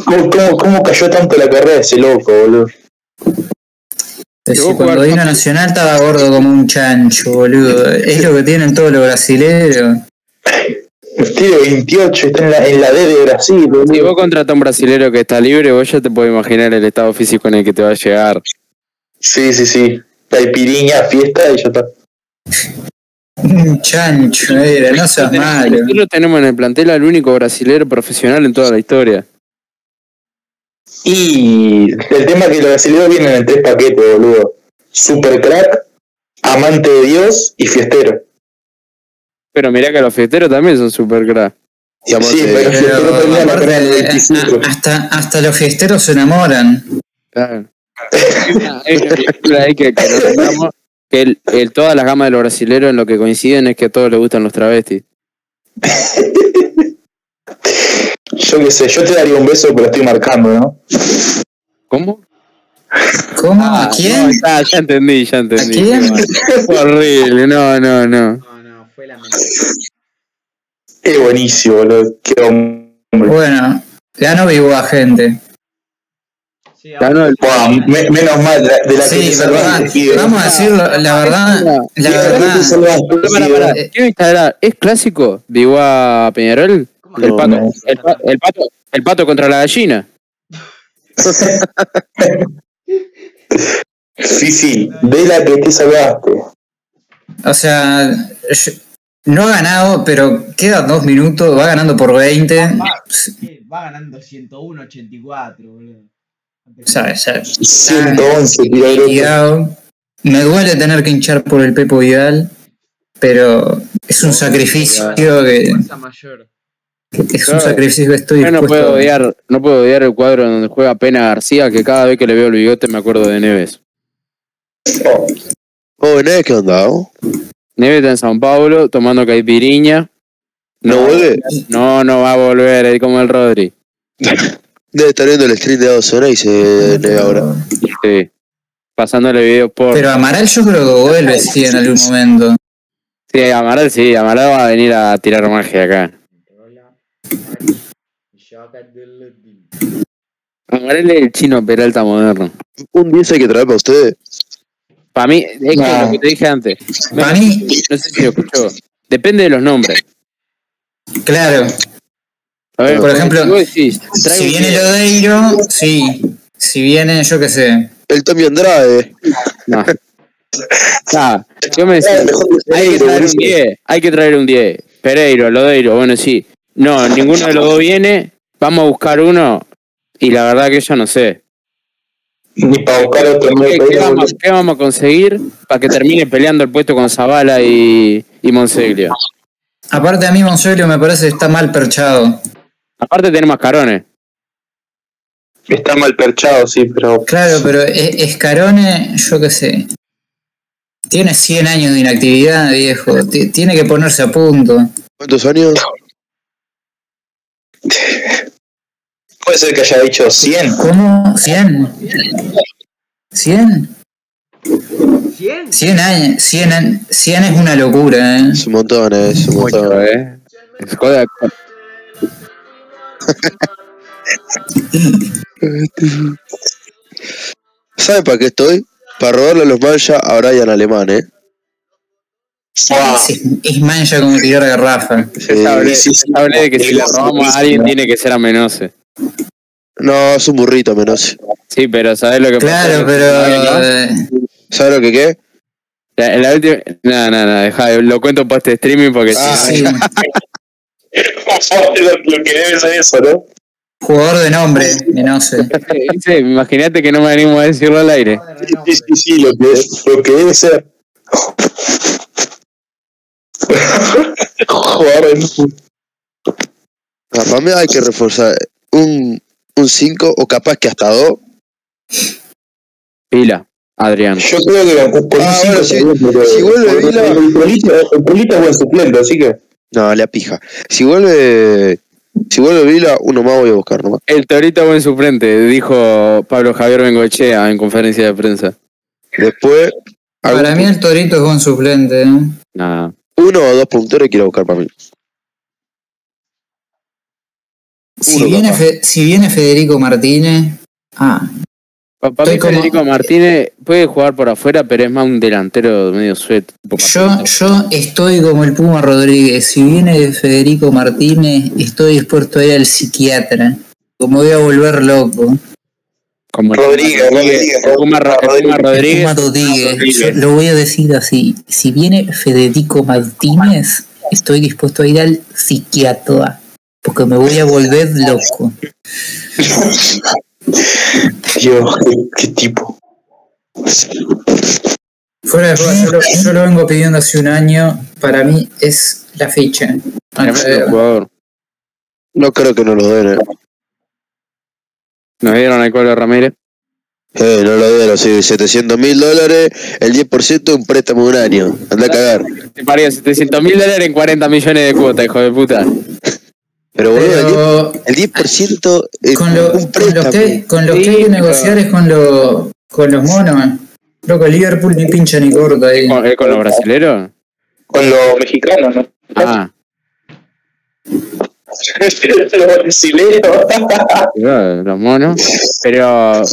C: ¿Cómo, cómo, cómo cayó tanto la carrera de ese loco, boludo?
G: Es
A: vos
G: decir, cuando
A: jugás-
G: vino a Nacional estaba gordo como un chancho, boludo. Es lo que tienen todos los brasileros.
C: Tiene 28, Este está en la, en la D de Brasil,
A: Si vos
C: boludo.
A: contratás a un brasilero que está libre, vos ya te podés imaginar el estado físico en el que te va a llegar.
C: Sí, sí, sí. Hay piriña, fiesta y ya está.
G: Un chancho era, no seas malo.
A: Nosotros tenemos en el plantel al único brasilero profesional en toda la historia.
C: Y el tema es que los brasileños vienen en tres paquetes, boludo. Super crack, amante de Dios y fiestero.
A: Pero mirá que los fiesteros también son super crack.
D: Y amante
C: Sí,
D: de-
C: pero-
G: Pero,
C: tenía la
G: Eh, aparte,
C: carrera de
G: eh,
C: 25.
G: a- hasta, hasta los fiesteros se enamoran.
A: Claro. Hay una película ahí que, que nos olvidamos, que el, el- todas las gamas de los brasileros en lo que coinciden es que a todos les gustan los travestis.
C: Yo qué sé, yo te daría un beso, pero estoy marcando, ¿no?
A: ¿Cómo? Ah,
G: ¿Cómo?
C: Ah,
G: ¿A
A: No,
G: Ah, quién?
A: está, ya entendí, ya entendí.
G: ¿A quién?
A: Qué mal. Fue horrible, no, no, no.
E: No, no, fue la mentira.
C: Es buenísimo, boludo. Qué hombre.
G: Bueno, ganó Vigua, gente.
E: Sí,
A: Ya no,
E: ahora-
A: el-
C: Guau, me- menos mal, de, de la que
G: Sí,
C: te
G: verdad.
C: salvaste, Ah, pibe.
G: Vamos a decirlo, la verdad, la
C: De la que te
G: verdad.
C: salvaste,
A: Pará, pará,
C: pibe.
A: pará. Quiero instalar, ¿es clásico? Digo a Peñarol. El
D: No,
A: pato,
D: no.
A: el, pa- el pato, el pato contra la gallina.
C: Sí, sí, de la que te salvaste.
G: O sea, yo- no ha ganado, pero quedan dos minutos, va ganando por 20.
C: Ah,
E: ¿Qué? Va ganando 101-84, boludo.
G: O sea, ya-
C: 111 kilómetros.
G: liquidado. Me duele tener que hinchar por el Pepo Vidal, pero es un sacrificio que,
E: Fuerza mayor.
G: que es un
A: Claro.
G: sacrificio que estoy
A: Yo no
G: dispuesto
A: puedo
G: a-
A: odiar, no puedo odiar el cuadro donde juega Pena García, que cada vez que le veo el bigote me acuerdo de Neves.
D: Oh, ¿no es qué onda? oh?
A: Neves está en San Pablo tomando caipiriña.
D: ¿No vuelve?
A: No, no va a volver, es como el Rodri.
D: Debe estar viendo el stream de Dawson y se neve ahora.
A: Sí. Pasándole videos por.
G: Pero Amaral yo creo que vuelve sí en algún momento.
A: Sí, Amaral sí, Amaral va a venir a tirar magia acá. Amaral es el chino Peralta moderno.
D: Un 10 hay que traer para ustedes.
A: Para mí, es que
G: No.
A: lo que te dije antes,
G: Para mí,
A: no sé si lo escuchó. Depende de los nombres.
G: claro,
A: A ver,
G: Por ejemplo,
A: si vos decís, traigo
G: si
A: un
G: viene
A: video-
G: Lodeiro, sí. Si viene, yo qué sé.
D: El Tommy Andrade.
A: No. Nah, yo me decía, hay que traer un 10, hay que traer un 10. Pereiro, Lodeiro, bueno, sí. No, ninguno de los dos viene, vamos a buscar uno y la verdad que yo no sé.
C: Ni para buscar otro
A: ¿Qué,
C: nueve
A: qué
C: pedido,
A: vamos,
C: boludo.
A: qué vamos a conseguir para que termine peleando el puesto con Zavala y, y Monseglio?
G: Aparte a mí Monsuelo me parece que está mal perchado.
A: Aparte tenemos mascarones.
C: Está mal perchado, sí, pero.
G: Claro, pero E- Escarone, yo qué sé. Tiene 100 años de inactividad, viejo. Ti- Tiene que ponerse a punto.
D: ¿Cuántos años?
C: Puede ser que haya dicho 100.
G: ¿Cómo? ¿100? ¿100?
E: 100.
G: 100 años. 100, an- 100 es una locura, ¿eh?
D: Es un montón, eh, es un montón.
A: ¿eh? Joder,
D: ¿Saben para qué estoy? Para robarle los manchas a Brian Alemán, eh.
G: Es, es mancha como tirar garrafa.
D: Eh,
A: hablé,
C: sí, sí.
A: hablé de que si le robamos a alguien tiene que ser a Menose.
D: no, es un burrito, menos.
A: Sí, pero ¿sabés lo que pasa?
G: Claro, pero... eh,
D: ¿Sabes lo que qué?
A: La, la última. No, no, no, dejá, lo cuento para este streaming porque si
G: sí,
A: no-
C: lo, lo que debe ser eso, ¿no?
G: jugador de nombre, de no sé.
A: Sí, Imagínate que no me animo a decirlo al aire.
C: Sí, sí, sí, lo que, lo que debe ser. Jugar en.
D: Ah, Para mí hay que reforzar un 5 o capaz que hasta 2.
A: Pila, Adrián.
C: Yo creo que con, con
D: Ah, bueno,
C: un 5
D: sí. Si vuelve Vila-
C: El Polito el Polito es buen suplente, así que.
D: No, la pija. Si vuelve. Si vuelve Vila, uno más voy a buscar nomás.
A: El torito buen suplente, dijo Pablo Javier Bengochea en conferencia de prensa.
D: Después, algún-
G: Para mí el Torito es buen suplente, ¿eh?
A: Nada.
D: uno o dos punteros quiero buscar para mí.
G: Si
D: Uno,
G: viene,
D: capaz.
G: Fe- si viene Federico Martínez... Ah,
A: Papá
G: Estoy como-
A: Federico Martínez puede jugar por afuera, pero es más un delantero medio suet.
G: Yo, yo estoy como el Puma Rodríguez. Si viene Federico Martínez, estoy dispuesto a ir al psiquiatra. Como voy a volver loco.
A: Como el-
C: Rodríguez, Rodríguez,
A: el Puma Ro- el Puma Rodríguez.
G: Puma Rodríguez. Yo
A: Rodríguez.
G: lo voy a decir así. Si viene Federico Martínez, estoy dispuesto a ir al psiquiatra. Porque me voy a volver loco.
C: Dios, qué, qué tipo.
G: Fuera de juego, yo lo, yo lo vengo pidiendo hace un año. Para mí es la fecha.
A: Tremendo jugador.
D: No creo que no lo den, eh.
A: Nos dieron al Colo Ramírez.
D: Eh, no lo dieron, sí, 700 mil dólares, el 10% un préstamo de un año. Anda a cagar.
A: Te parió 700 mil dólares en 40 millones de cuotas, hijo de puta.
D: Pero boludo, el 10%,
G: Pero
D: el 10% es
G: con, lo,
D: Eh, un
G: con
D: préstamo.
G: los que, con los que hay
A: Sí,
G: que
A: pero-
G: negociar es con, lo- con los monos. Loco, Liverpool ni pincha ni corta ahí.
A: ¿Con, eh, con los brasileros?
C: Con los mexicanos, ¿no?
A: Ah,
C: los brasileños.
A: claro, los monos. Pero, a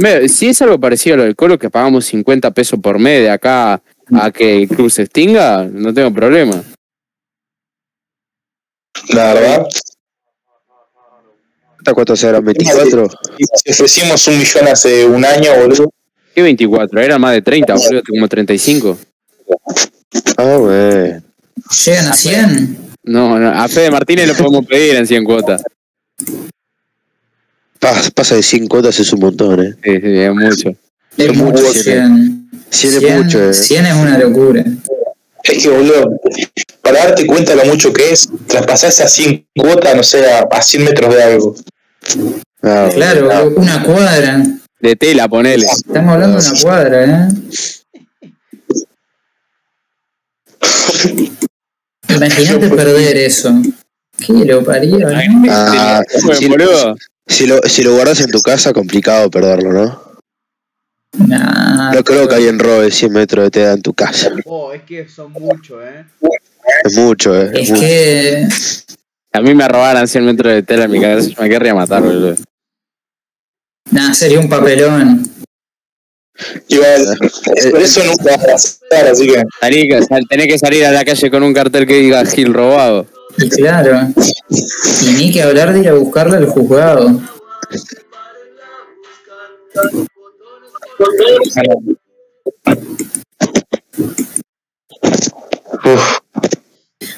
A: ver, si es algo parecido a lo del Colo, que pagamos 50 pesos por mes de acá a que el club se extinga, no tengo problema.
C: La verdad.
D: ¿Hasta cuánto se eran? ¿24?
C: Y si ofrecimos un millón hace un año, boludo.
A: ¿Qué 24? Era más de 30, boludo, como 35.
D: Ah, bueno.
G: ¿Llegan a 100?
A: No, no, a Fede Martínez lo podemos pedir en 100 cuotas.
D: Pas- pasa de 100 cuotas es un montón, eh.
A: Sí, sí, es mucho.
G: Es mucho 100.
D: 100 es mucho, eh.
G: 100 es una locura.
C: Es que, boludo, para darte cuenta lo mucho que es, traspasás a 100 cuotas, no sé, a, a 100 metros de algo.
D: Ah,
G: Claro,
D: ah,
G: una cuadra.
A: De tela, ponele.
G: Estamos hablando de una cuadra, ¿eh? Imagínate perder eso. ¿Qué lo parió? ¿no?
D: ah,
A: Bueno,
D: si,
A: boludo.
D: si lo, si lo guardas en tu casa, complicado perderlo, ¿no?
G: Nah,
D: No creo que alguien robe 100 metros de tela en tu casa.
E: Oh, es que son muchos, eh.
D: Es mucho, eh.
G: es
D: mucho.
G: que
A: A mí me robaran 100 metros de tela en mi casa, yo me querría matar, boludo.
G: nah, sería un papelón.
C: Igual, es- por eso nunca vas a pasar, así que.
A: Salí- sal- tenés que salir a la calle con un cartel que diga Gil robado.
G: Y claro. Y ni que hablar de ir a buscarla al juzgado.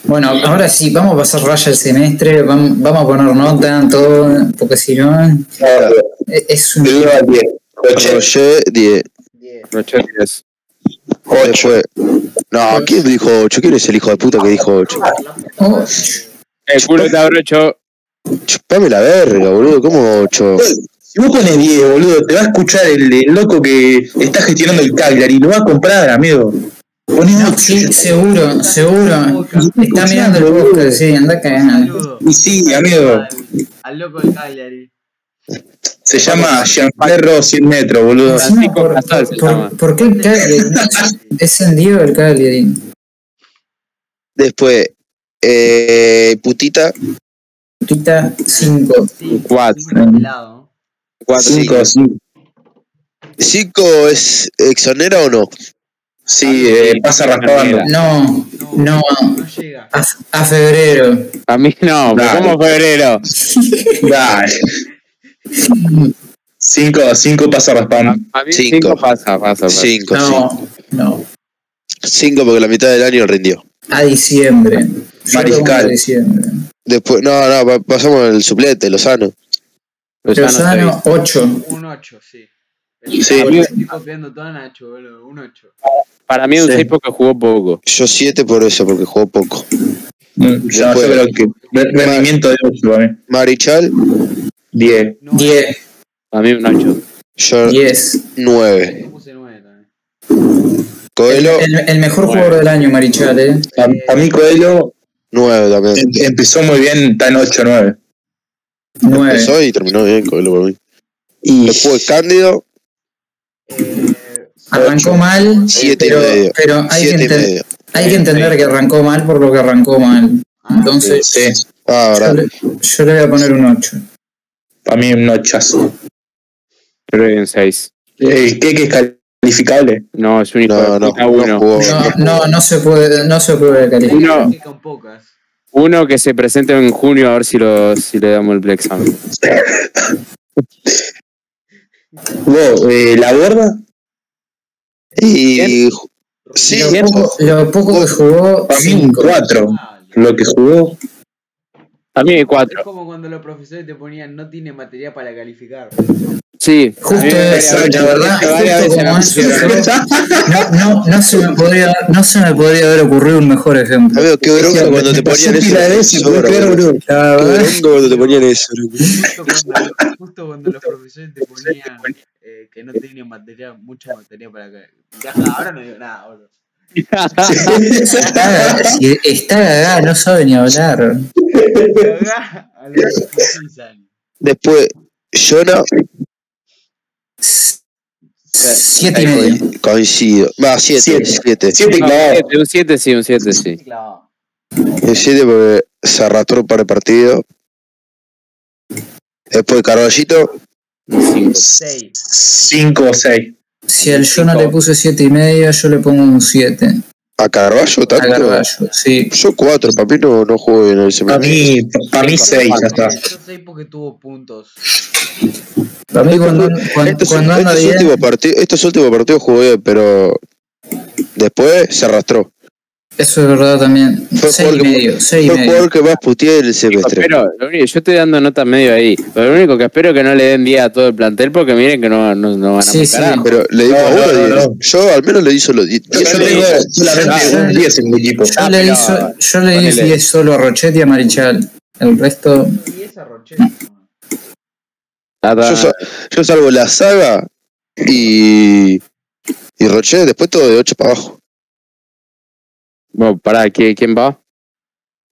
G: Bueno, ahora sí, vamos a pasar raya el semestre, vam- vamos a poner nota, todo, porque si no,
C: Ahora,
G: e- es
C: del
G: un...
C: 1 al 10. 8,
D: Roger 10.
A: Rocher, es-
D: Después- No, ¿quién dijo 8? ¿Quién es el hijo de puta que dijo 8?
G: Oh,
A: El culo está brocho.
D: Chupame la verga, boludo. ¿Cómo 8?
C: Si vos pones 10, boludo, te va a escuchar el, el loco que está gestionando el Calgary y lo va a comprar, amigo. Pones
G: no,
C: 8.
G: sí, seguro, seguro. eh, Está mirando el bosque, sí, anda a cagar.
E: Saludo.
C: Y sí, amigo,
E: Al, al loco del Cagliari.
C: se llama Gianferro 100 metros, boludo.
G: Encima,
A: Francisco
G: ¿Por,
A: Casal se
G: por-
A: llama.
G: por qué el Cagliari? Es encendido el Cagliari.
D: Después, eh, putita.
G: Quita 5.
E: Sí,
A: Cuatro.
E: un pelado.
C: 5, sí.
D: 5 es exonera o no?
C: Sí, eh, pasa raspando.
G: No, no,
E: No llega.
G: a, a febrero.
A: A mí no, pero
C: Dale.
A: ¿cómo febrero?
C: Dale. 5, 5 pasa raspando.
A: A mí
D: Cinco.
A: 5 pasa, pasa, pasa.
D: 5.
G: No, no.
D: 5 porque la mitad del año rindió.
G: A diciembre. Yo
C: Mariscal.
G: pongo A diciembre.
D: Después, no, no, pa- pasamos al suplete, Lozano.
A: Lozano está
G: Lozano, 8.
E: Un 8, sí.
C: Sí.
E: Me estoy copiando todo a Nacho, boludo. Un 8.
A: bien. Para mí es un
C: Sí.
A: 6 porque jugó poco.
D: Yo 7 por eso, porque jugó poco.
C: Mm, Yo, yo creo que re- rendimiento de eh. 8 para mí.
D: Marichal,
C: 10.
E: No,
G: 10.
A: A mí un 8.
D: yo
G: 10.
D: 9.
E: puse 9 también.
D: Coelho,
G: El, el mejor jugador del año, Marichal, ¿eh?
C: A, a mí Coelho
D: 9 también.
C: em- empezó muy bien, está en 8, 9.
G: 9.
D: Empezó y terminó bien Coelho para mí. Después Cándido,
E: Eh,
G: Arrancó mal,
D: Siete y
G: pero,
D: medio.
G: pero hay, que
D: 7 y
G: enten-
D: medio.
G: hay que entender que arrancó mal por lo que arrancó mal. Entonces,
C: Sí,
D: Ah,
G: yo
D: verdad.
G: le, yo le voy a poner un 8.
C: para mí un 8.
A: Creo que un 6.
C: Eh, ¿Qué que es calificable?
A: No, es un hijo
D: No,
A: de
D: no,
A: puta,
D: no
A: uno.
D: jugó.
G: No, no, no se puede, no se puede calificar.
A: Uno.
E: sí, con pocas.
A: Uno que se presente en junio a ver si, lo, si le damos el Black Examen.
C: ¿Vos, eh, la borda?
D: Y ju- sí,
G: Lo poco, lo poco que jugó,
C: Para mí un
G: cinco.
C: 4.
E: Dale.
C: Lo que jugó.
A: A mí 4.
E: Es como cuando los profesores te ponían no tiene materia para calificar.
A: Sí.
G: Justo
A: A mí me
G: eso,
A: parece-
G: la verdad,
A: varias
G: justo
A: veces
G: como
A: la
G: eso,
A: pusieron.
G: No, no, no, se me podría, no se me podría haber ocurrido un mejor ejemplo.
D: Amigo, qué bronca cuando te ponían eso. en el sobre, boludo.
G: La
D: Qué
G: verdad,
D: bronca cuando te ponían eso.
E: Justo cuando, justo cuando los profesores te ponían eh, que no tenían materia, mucha materia para calificar. Ya está, ahora no digo nada, boludo.
G: está, está cagada, no sabe ni hablar.
E: Cagá a los 16 años.
D: Después, Jonah,
G: Siete y medio.
D: coincido. Va, 7.
C: Siete.
D: 7.
C: Siete
A: No,
C: clavados.
A: un 7 sí, un 7 sí.
E: Clavado.
D: 7 Eh, porque se arrastró para el partido. Después, Carballito,
A: Un 5.
E: 6.
C: 5 o 6.
G: Si al yo no le puse siete y medio, yo le pongo un siete.
D: ¿A Carballo
G: a
D: tanto?
G: Garballo, sí.
D: Yo cuatro, papi no, no jugué en el
C: Para
D: semestre.
C: mí, para mí seis, ya está.
E: Yo sé porque tuvo puntos.
G: Para
D: Este
G: mí cuando, cuando,
D: Estos,
G: cuando anda
D: estos
G: bien,
D: últimos parti- estos últimos partidos jugué, pero después se arrastró.
G: eso es verdad también.
D: Fue
G: Seis y
D: jugador que-
G: medio, seis y
D: Fue el
G: medio.
D: jugador que más puteé del semestre.
A: Pero lo único, yo estoy dando notas medio ahí. Pero lo único que espero es que no le den 10 a todo el plantel porque miren que no, no, no van a
G: Sí,
A: sí,
G: sí.
D: Pero le dimos
C: No,
D: a uno
C: no, no,
D: diez.
C: no.
D: Yo al menos le hizo los 10.
C: Yo tengo solamente un 10 en mi equipo.
G: Yo
D: Ah,
G: le,
A: pero-
G: hizo- yo le di
A: ponele.
G: 10 solo a Rochetti y a Marichal. El resto,
E: Y esa Rochelle.
D: Yo, sa- yo salvo la saga y. Y Roche, después todo de 8 para abajo.
A: Bueno, pará, ¿quién, quién va?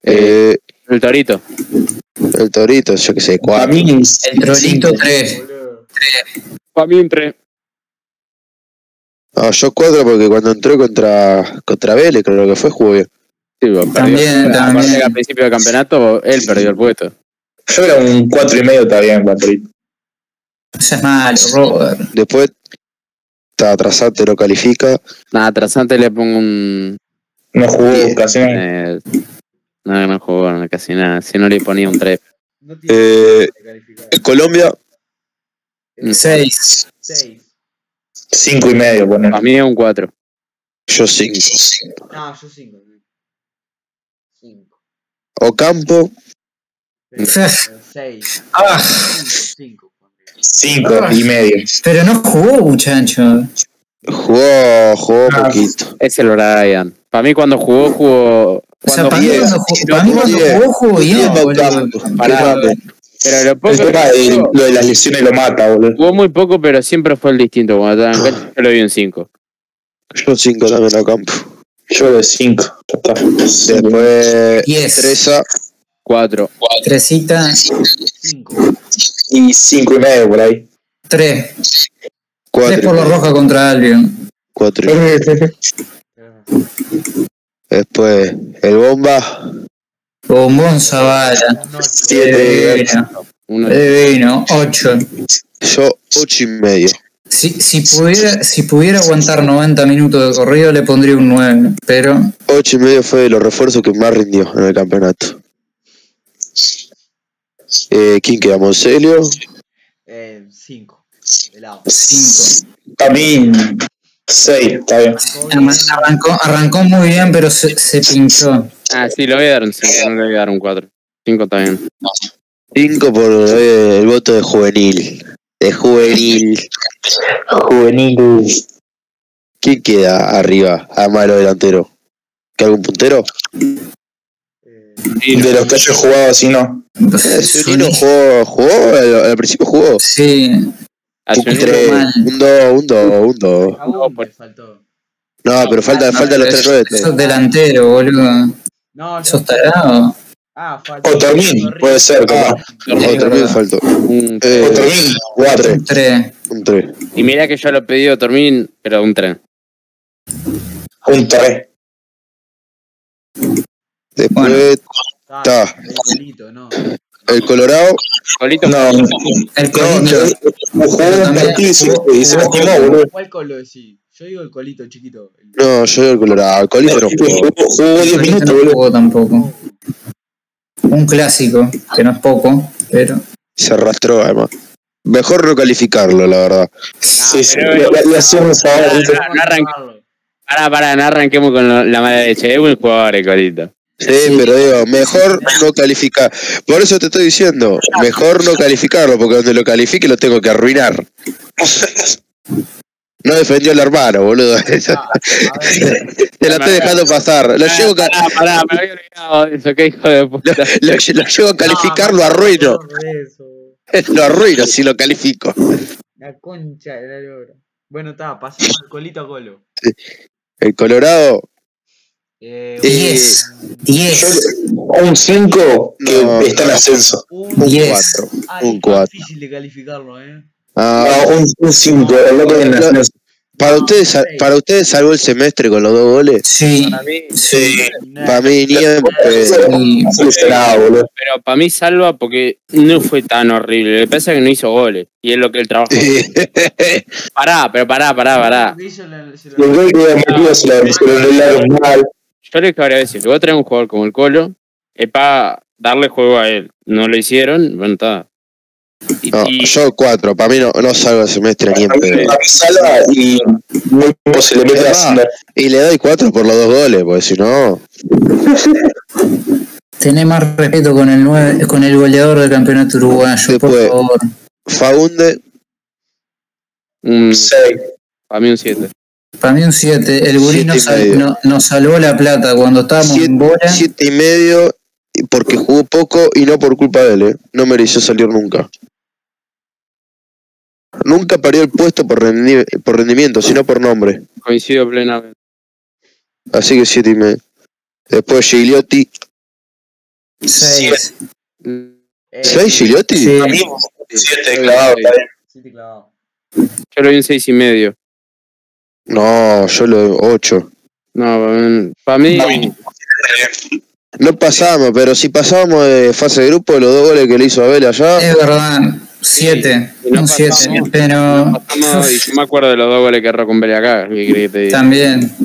D: Eh,
A: El Torito.
D: el Torito, yo que sé,
C: Para
D: 4.
C: mí,
G: el trolito 3.
E: boludo.
A: Para mí entre.
D: No, yo 4 porque cuando entró contra, contra Vélez, creo que fue, jugó bien.
A: Sí, bueno, perdió.
G: También,
A: Aparte
G: también.
A: que al principio del campeonato él perdió el puesto.
C: yo era un 4 y medio también, Patrick.
G: Eso es malo, Robert.
D: Después, ta, Trasante lo califica.
A: Nada, tras antes le pongo un.
C: No jugó casi nada.
A: eh, no, no jugó no, casi nada. Si no le ponía un 3.
E: No tiene
D: Eh,
E: que calificar.
D: Colombia,
G: 6.
E: Seis.
C: 5 y medio, poner.
A: Para mí es un 4.
D: yo 5.
E: No, yo cinco. Cinco.
D: Ocampo,
E: Seis.
G: Ah.
E: Cinco. cinco.
C: 5 y medio.
G: Pero no jugó, muchacho.
D: jugó, jugó
C: Ah.
D: poquito.
A: Es el Brian. Para mí cuando jugó, jugó...
G: O
A: cuando
G: sea, para mí
A: jugó-
D: diez,
G: cuando jugó, para mí cuando
D: diez,
G: jugó, jugó bien,
D: Ocampo,
G: boludo.
A: Pará.
D: qué rápido.
A: pero lo poco
C: El
A: que
C: tema de,
A: jugó,
C: lo de las lesiones lo mata, boludo.
A: jugó muy poco, pero siempre fue el distinto. Cuando estaba en
G: Ah.
A: cancha, yo lo vi un 5.
D: Yo 5 también Ocampo.
C: Yo de 5.
D: Después,
G: 10.
D: 3 a
A: 4.
G: Tresita.
E: Cinco.
C: Y 5 y medio por ahí.
G: 3. 3 por la
D: 4.
G: roja contra Albion.
D: 4. Después, el Bomba,
G: Bombón Zavala.
E: Un ocho.
D: Siete.
G: Divino.
A: Uno,
G: Eh. Divino. 8.
D: yo 8 y medio.
G: Si, si, pudiera, si pudiera aguantar 90 minutos de corrido, le pondría un 9. Pero
D: 8 y medio fue de los refuerzos que más rindió en el campeonato. Eh, ¿Quién queda? Monselio.
E: Eh, cinco. Helado.
G: 5.
C: Para mí, 6, está bien.
G: Arrancó, arrancó muy bien, pero se, se pinchó.
A: ah, sí, lo voy a dar un 5. No le voy a dar un 4. 5 también.
D: 5 por eh, el voto de juvenil. De juvenil.
C: Juvenil.
D: ¿Quién queda arriba? Además de los delanteros. ¿Que algún puntero?
E: Eh,
C: De los que yo he jugado así, no.
D: Eh, Zunino
G: Solís,
D: jugó, jugó al, al principio jugó.
G: Sí,
A: A
D: Un
A: Zunino-
D: tres,
G: mal.
D: un 2, un 2, un 2.
E: a uno le faltó.
D: No, pero falta, falta los tres rodetes.
G: sos delantero, boludo.
E: No, no.
G: Sos tarado.
E: Ah, faltó.
C: O Tormin, puede ser,
E: Ah,
C: capaz.
D: Otro también faltó.
A: un-
D: Eh,
C: O Tormin, 4.
G: 3.
D: un 3.
A: y mirá que yo lo pedí a Tormín, pero un 3.
C: Un 3.
D: Después
E: Ah,
D: Está.
E: el pelito, no.
D: el Colorado.
A: Colito,
C: No, no,
G: El colito.
C: no. Jugó un partido y se, y se lastimó, boludo.
E: ¿Cuál colo decís? Yo digo el colito chiquito. El-
D: No, yo digo el Colorado. El Colito no jugó.
C: Jugó jugó 10
G: Solís
C: minutos,
G: no
C: boludo.
G: jugó tampoco. Un clásico, que no es poco, pero.
D: Se arrastró, además. Mejor no calificarlo, la verdad.
C: Sí, sí.
A: pero-
C: Le- le- le hacemos ahora,
A: No,
C: ¿viste?
A: no, no arranqué. Pará, pará, no arranquemos con lo- la mala leche. Es buen jugador el Colito.
D: Sí, pero digo, mejor no calificar. Por eso te estoy diciendo, mejor no calificarlo, porque donde lo califique lo tengo que arruinar. No defendió al hermano, boludo. Te
E: Ah, a ver,
D: la estoy dejando pasar. Lo llego, a-
A: Pará, pará, me había olvidado de eso. Qué hijo de
D: lo,
A: puta.
D: lo- lo llego a calificar, lo
E: no,
D: arruino.
E: no, no, eso.
D: Lo arruino si lo califico.
E: La concha de la lora. Bueno, está, pasamos del colito a colo.
D: El Colorado,
E: Eh,
D: Sí.
G: 10.
C: Yo
G: 10.
C: le- Un 5 que
D: No.
C: está en ascenso.
E: un,
D: un
G: 10.
D: 4.
E: ah,
D: un
E: es
D: cuatro.
E: difícil de calificarlo, ¿eh?
D: Ah,
C: No, un 5, el loco en
D: No.
C: ascenso.
D: Para ustedes, sal- para ustedes salvó el semestre con los dos goles.
G: Sí,
A: Para mí,
G: sí.
D: Para mí, Niempe.
G: Y
C: boludo.
A: pero para mí salva porque no fue tan horrible. Lo que pasa es que no hizo goles. Y es lo que él trabajó. Pará, pero pará, pará, pará.
E: Grillo la- se
C: Y
E: lo-
C: el gol que había metido se lo- se lo anularon mal.
A: Yo les cabría decir, si vos traes un jugador como el Colo, es para darle juego a él. No lo hicieron, bueno, está. Y-
D: No,
A: y-
D: yo cuatro. Para mí no, no salvo el semestre ni en
C: A mí
D: pedo.
C: me sala y muy poco se le mete a Sala.
D: Y le doy cuatro por los dos goles, porque si no.
G: tené más respeto con el nueve- con el goleador del campeonato uruguayo, por
D: Después.
G: favor.
D: Fagunde,
A: un-
C: Seis.
A: para mí un 7.
G: Para mí un 7. El gurí
D: Siete
G: nos,
D: y medio.
G: sal- no- nos salvó la plata cuando estábamos
D: siete,
G: en bola.
D: siete y medio, y porque jugó poco y no por culpa de él, eh. No mereció salir nunca. Nunca perdió el puesto por, rendi- por rendimiento, sino por nombre.
A: Coincido plenamente.
D: Así que siete y medio. Después Gigliotti.
G: 6.
E: Eh,
D: ¿Seis Gigliotti?
G: Sí.
C: Siete clavados, está bien.
E: Sí, te clavaba.
A: Yo lo vi un 6 y medio.
D: No, yo le doy ocho.
A: No, para mí,
F: Para mí.
D: No pasamos, pero si pasábamos de fase de grupo, los dos goles que le hizo Abel allá.
G: Es verdad. 7.
A: y no
G: un 7.
A: pasamos.
G: Pero
A: pasamos, y yo me acuerdo de los dos goles que erró con Beliacá. ¿Qué querés que te
G: Ah.
A: diga?
G: también.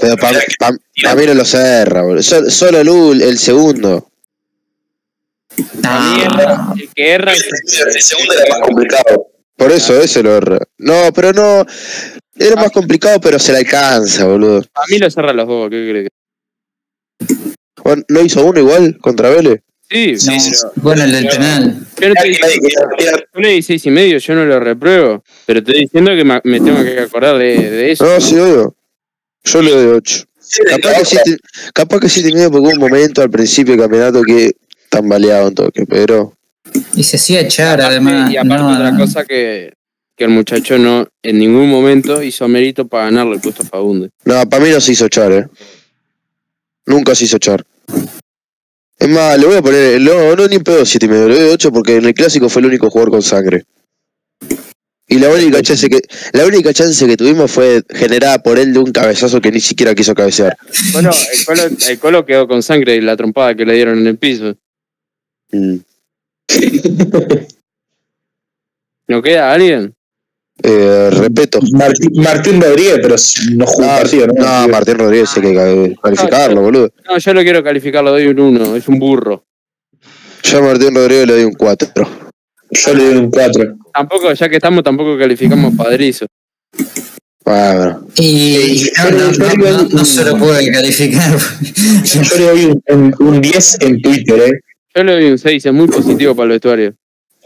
D: Pero para mí no lo cerra, boludo. Sol- Solo el, ul- el segundo.
A: Para mí
G: Ah,
A: erra- el que erra es
F: El segundo
C: Era más complicado.
D: Por eso ese lo erra. No, pero no. Era más complicado, pero se le alcanza, boludo.
A: Para mí lo cerra los dos. ¿Qué querés que
D: Bueno, ¿No hizo uno igual contra Vélez?
A: Sí,
G: no.
A: pero
G: Bueno, el del penal.
A: yo no estoy diciendo- yo le di 6 y medio, yo no lo repruebo. Pero estoy diciendo que ma- me tengo que acordar de, de
G: Oh,
A: eso.
D: No, sí, obvio. Yo le doy ocho. Capaz que, siete, capaz que siete y medio porque hubo un momento al principio del campeonato que tambaleaba un toque, pero.
G: Y se hacía echar, además.
A: y aparte
G: No,
A: otra
G: no.
A: cosa que, que el muchacho no en ningún momento hizo mérito para ganarle el puesto a Fagunde.
D: No, para mí no se hizo echar, eh. Nunca se hizo echar. Es más, le voy a poner. No, no ni un pedo 7 y medio, le doy 8 porque en el clásico fue el único jugador con sangre. Y la única chance que, la única chance que tuvimos fue generada por él de un cabezazo que ni siquiera quiso cabecear.
A: El Colo, el, colo, el Colo quedó con sangre y la trompada que le dieron en el piso.
D: Mm.
A: ¿No queda alguien?
D: Eh, respeto.
C: Martín, Martín Rodríguez, pero no jugó un
D: Ah,
C: partido, ¿no?
D: no, Martín Rodríguez hay que ca- calificarlo, boludo.
A: No, yo lo quiero calificar, lo doy un 1, es un burro.
D: Yo a Martín Rodríguez le doy un 4.
C: Yo le doy un 4.
A: Tampoco, ya que estamos, tampoco calificamos padrizo.
D: Bueno,
G: Y, y no, no, no, no, no se lo puede calificar.
C: Yo le doy un- un, un 10 en Twitter, ¿eh?
A: Yo le doy un 6, es muy positivo para el vestuario.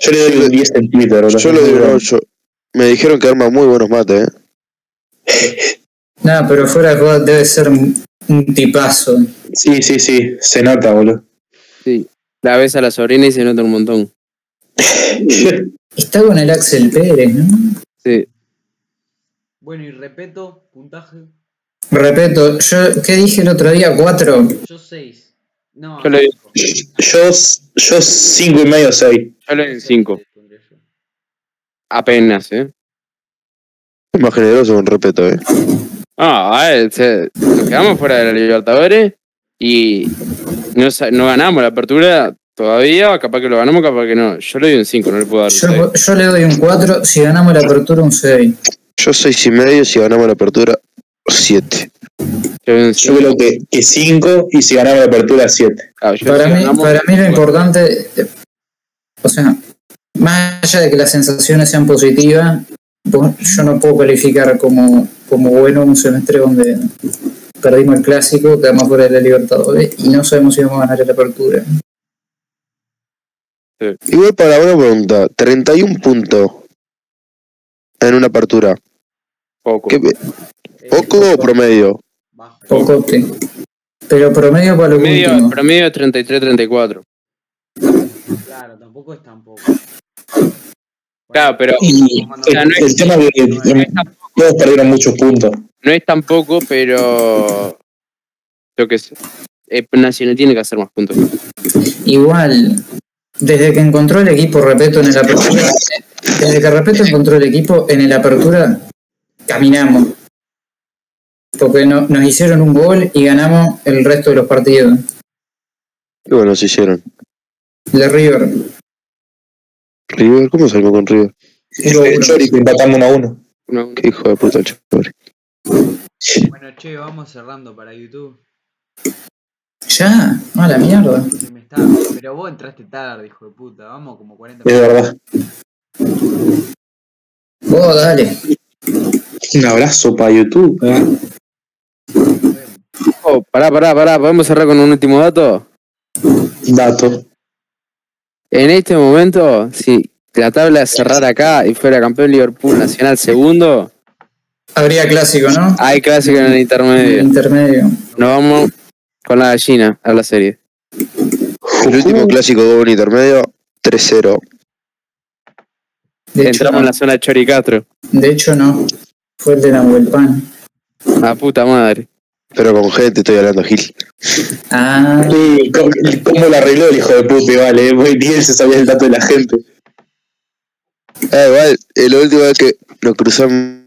C: Yo le doy un 10 en Twitter, boludo.
D: yo le doy un 8. Me dijeron que arma muy buenos mates, eh.
G: no, pero fuera de joda, debe ser un un tipazo.
C: Sí, sí, sí, se nota, boludo.
A: La ves a la sobrina y se nota un montón.
G: Está con el Axel Pérez, ¿no?
A: Sí.
E: Bueno, y respeto, puntaje.
G: Repeto, yo ¿qué dije el otro día? Cuatro.
E: Yo 6. No,
A: Yo le doy-
E: cinco.
C: Yo, yo 5 y medio, 6.
A: Yo le doy un 5. Apenas, ¿eh?
D: Es más generoso con respeto, eh.
A: Ah, a ver, se- nos quedamos fuera de la Libertadores y no, sa- no ganamos la apertura todavía, capaz que lo ganamos, capaz que no. Yo le doy un 5, no le puedo dar un seis.
G: Yo, yo le doy un cuatro, si ganamos la apertura un seis.
D: Yo seis y medio, si ganamos la apertura, siete.
A: Yo le doy un
C: Yo
A: cinco.
C: creo que, que 5 y si ganaba la apertura 7.
A: Ah, yo
G: Para
A: si
G: mí,
A: ganamos-
G: para mí lo importante, eh, o sea, más allá de que las sensaciones sean positivas, vos- yo no puedo calificar como, como bueno un semestre donde perdimos el clásico, quedamos fuera de la Libertadores y no sabemos si vamos a ganar la apertura.
D: Igual para una pregunta, 31 puntos en una apertura.
A: Poco.
D: ¿Qué,
E: Eh,
D: ¿Poco o promedio?
E: bajo.
G: Pocote. Pero promedio para lo
A: Promedio,
G: último.
A: promedio es 33-34.
E: Claro, tampoco es tampoco.
A: Claro, pero
C: Y
E: Bueno,
C: el,
A: no
C: el tema es que eh, todos perdieron muchos puntos.
A: no es tan poco, pero. Yo qué sé. Eh, Nacional tiene que hacer más puntos.
G: Igual, desde que encontró el equipo, repito, en el apertura, desde que repito encontró el equipo en el apertura, caminamos. Porque no- nos hicieron un gol y ganamos el resto de los partidos.
D: Y bueno, se hicieron.
G: El de River.
D: River, ¿cómo salgo con River?
C: El Chori que empatamos uno a uno.
A: Una-
D: Qué hijo de puta el Chori.
E: Bueno, che, vamos cerrando para YouTube.
G: Ya, a la mierda.
E: Se me está- Pero vos entraste tarde, hijo de puta. Vamos como 40
C: Es verdad.
G: Vos dale.
C: Un abrazo para YouTube. ¿eh?
A: Oh, pará, pará, pará, podemos cerrar con un último dato.
C: Dato.
A: En este momento, si la tabla cerrara acá y fuera campeón Liverpool Nacional segundo,
G: Habría clásico, ¿no?
A: hay clásico en el intermedio.
G: Intermedio.
A: Nos vamos con la gallina a la serie.
D: El último clásico doble intermedio, 3-0.
G: De hecho,
A: Entramos
G: no.
A: en la zona Chori Castro.
G: de hecho, no. Fue el de Nahuel Pan.
A: La puta madre.
D: Pero con gente estoy hablando, Gil.
G: Ah,
C: Sí, ¿Cómo, cómo lo arregló el hijo de puta? Vale, eh, muy bien, se sabía el dato de la gente.
D: Ah, igual, eh, la última vez que nos cruzamos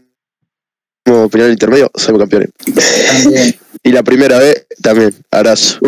D: penal intermedio, somos campeones.
G: también.
D: Y la primera vez también, abrazo.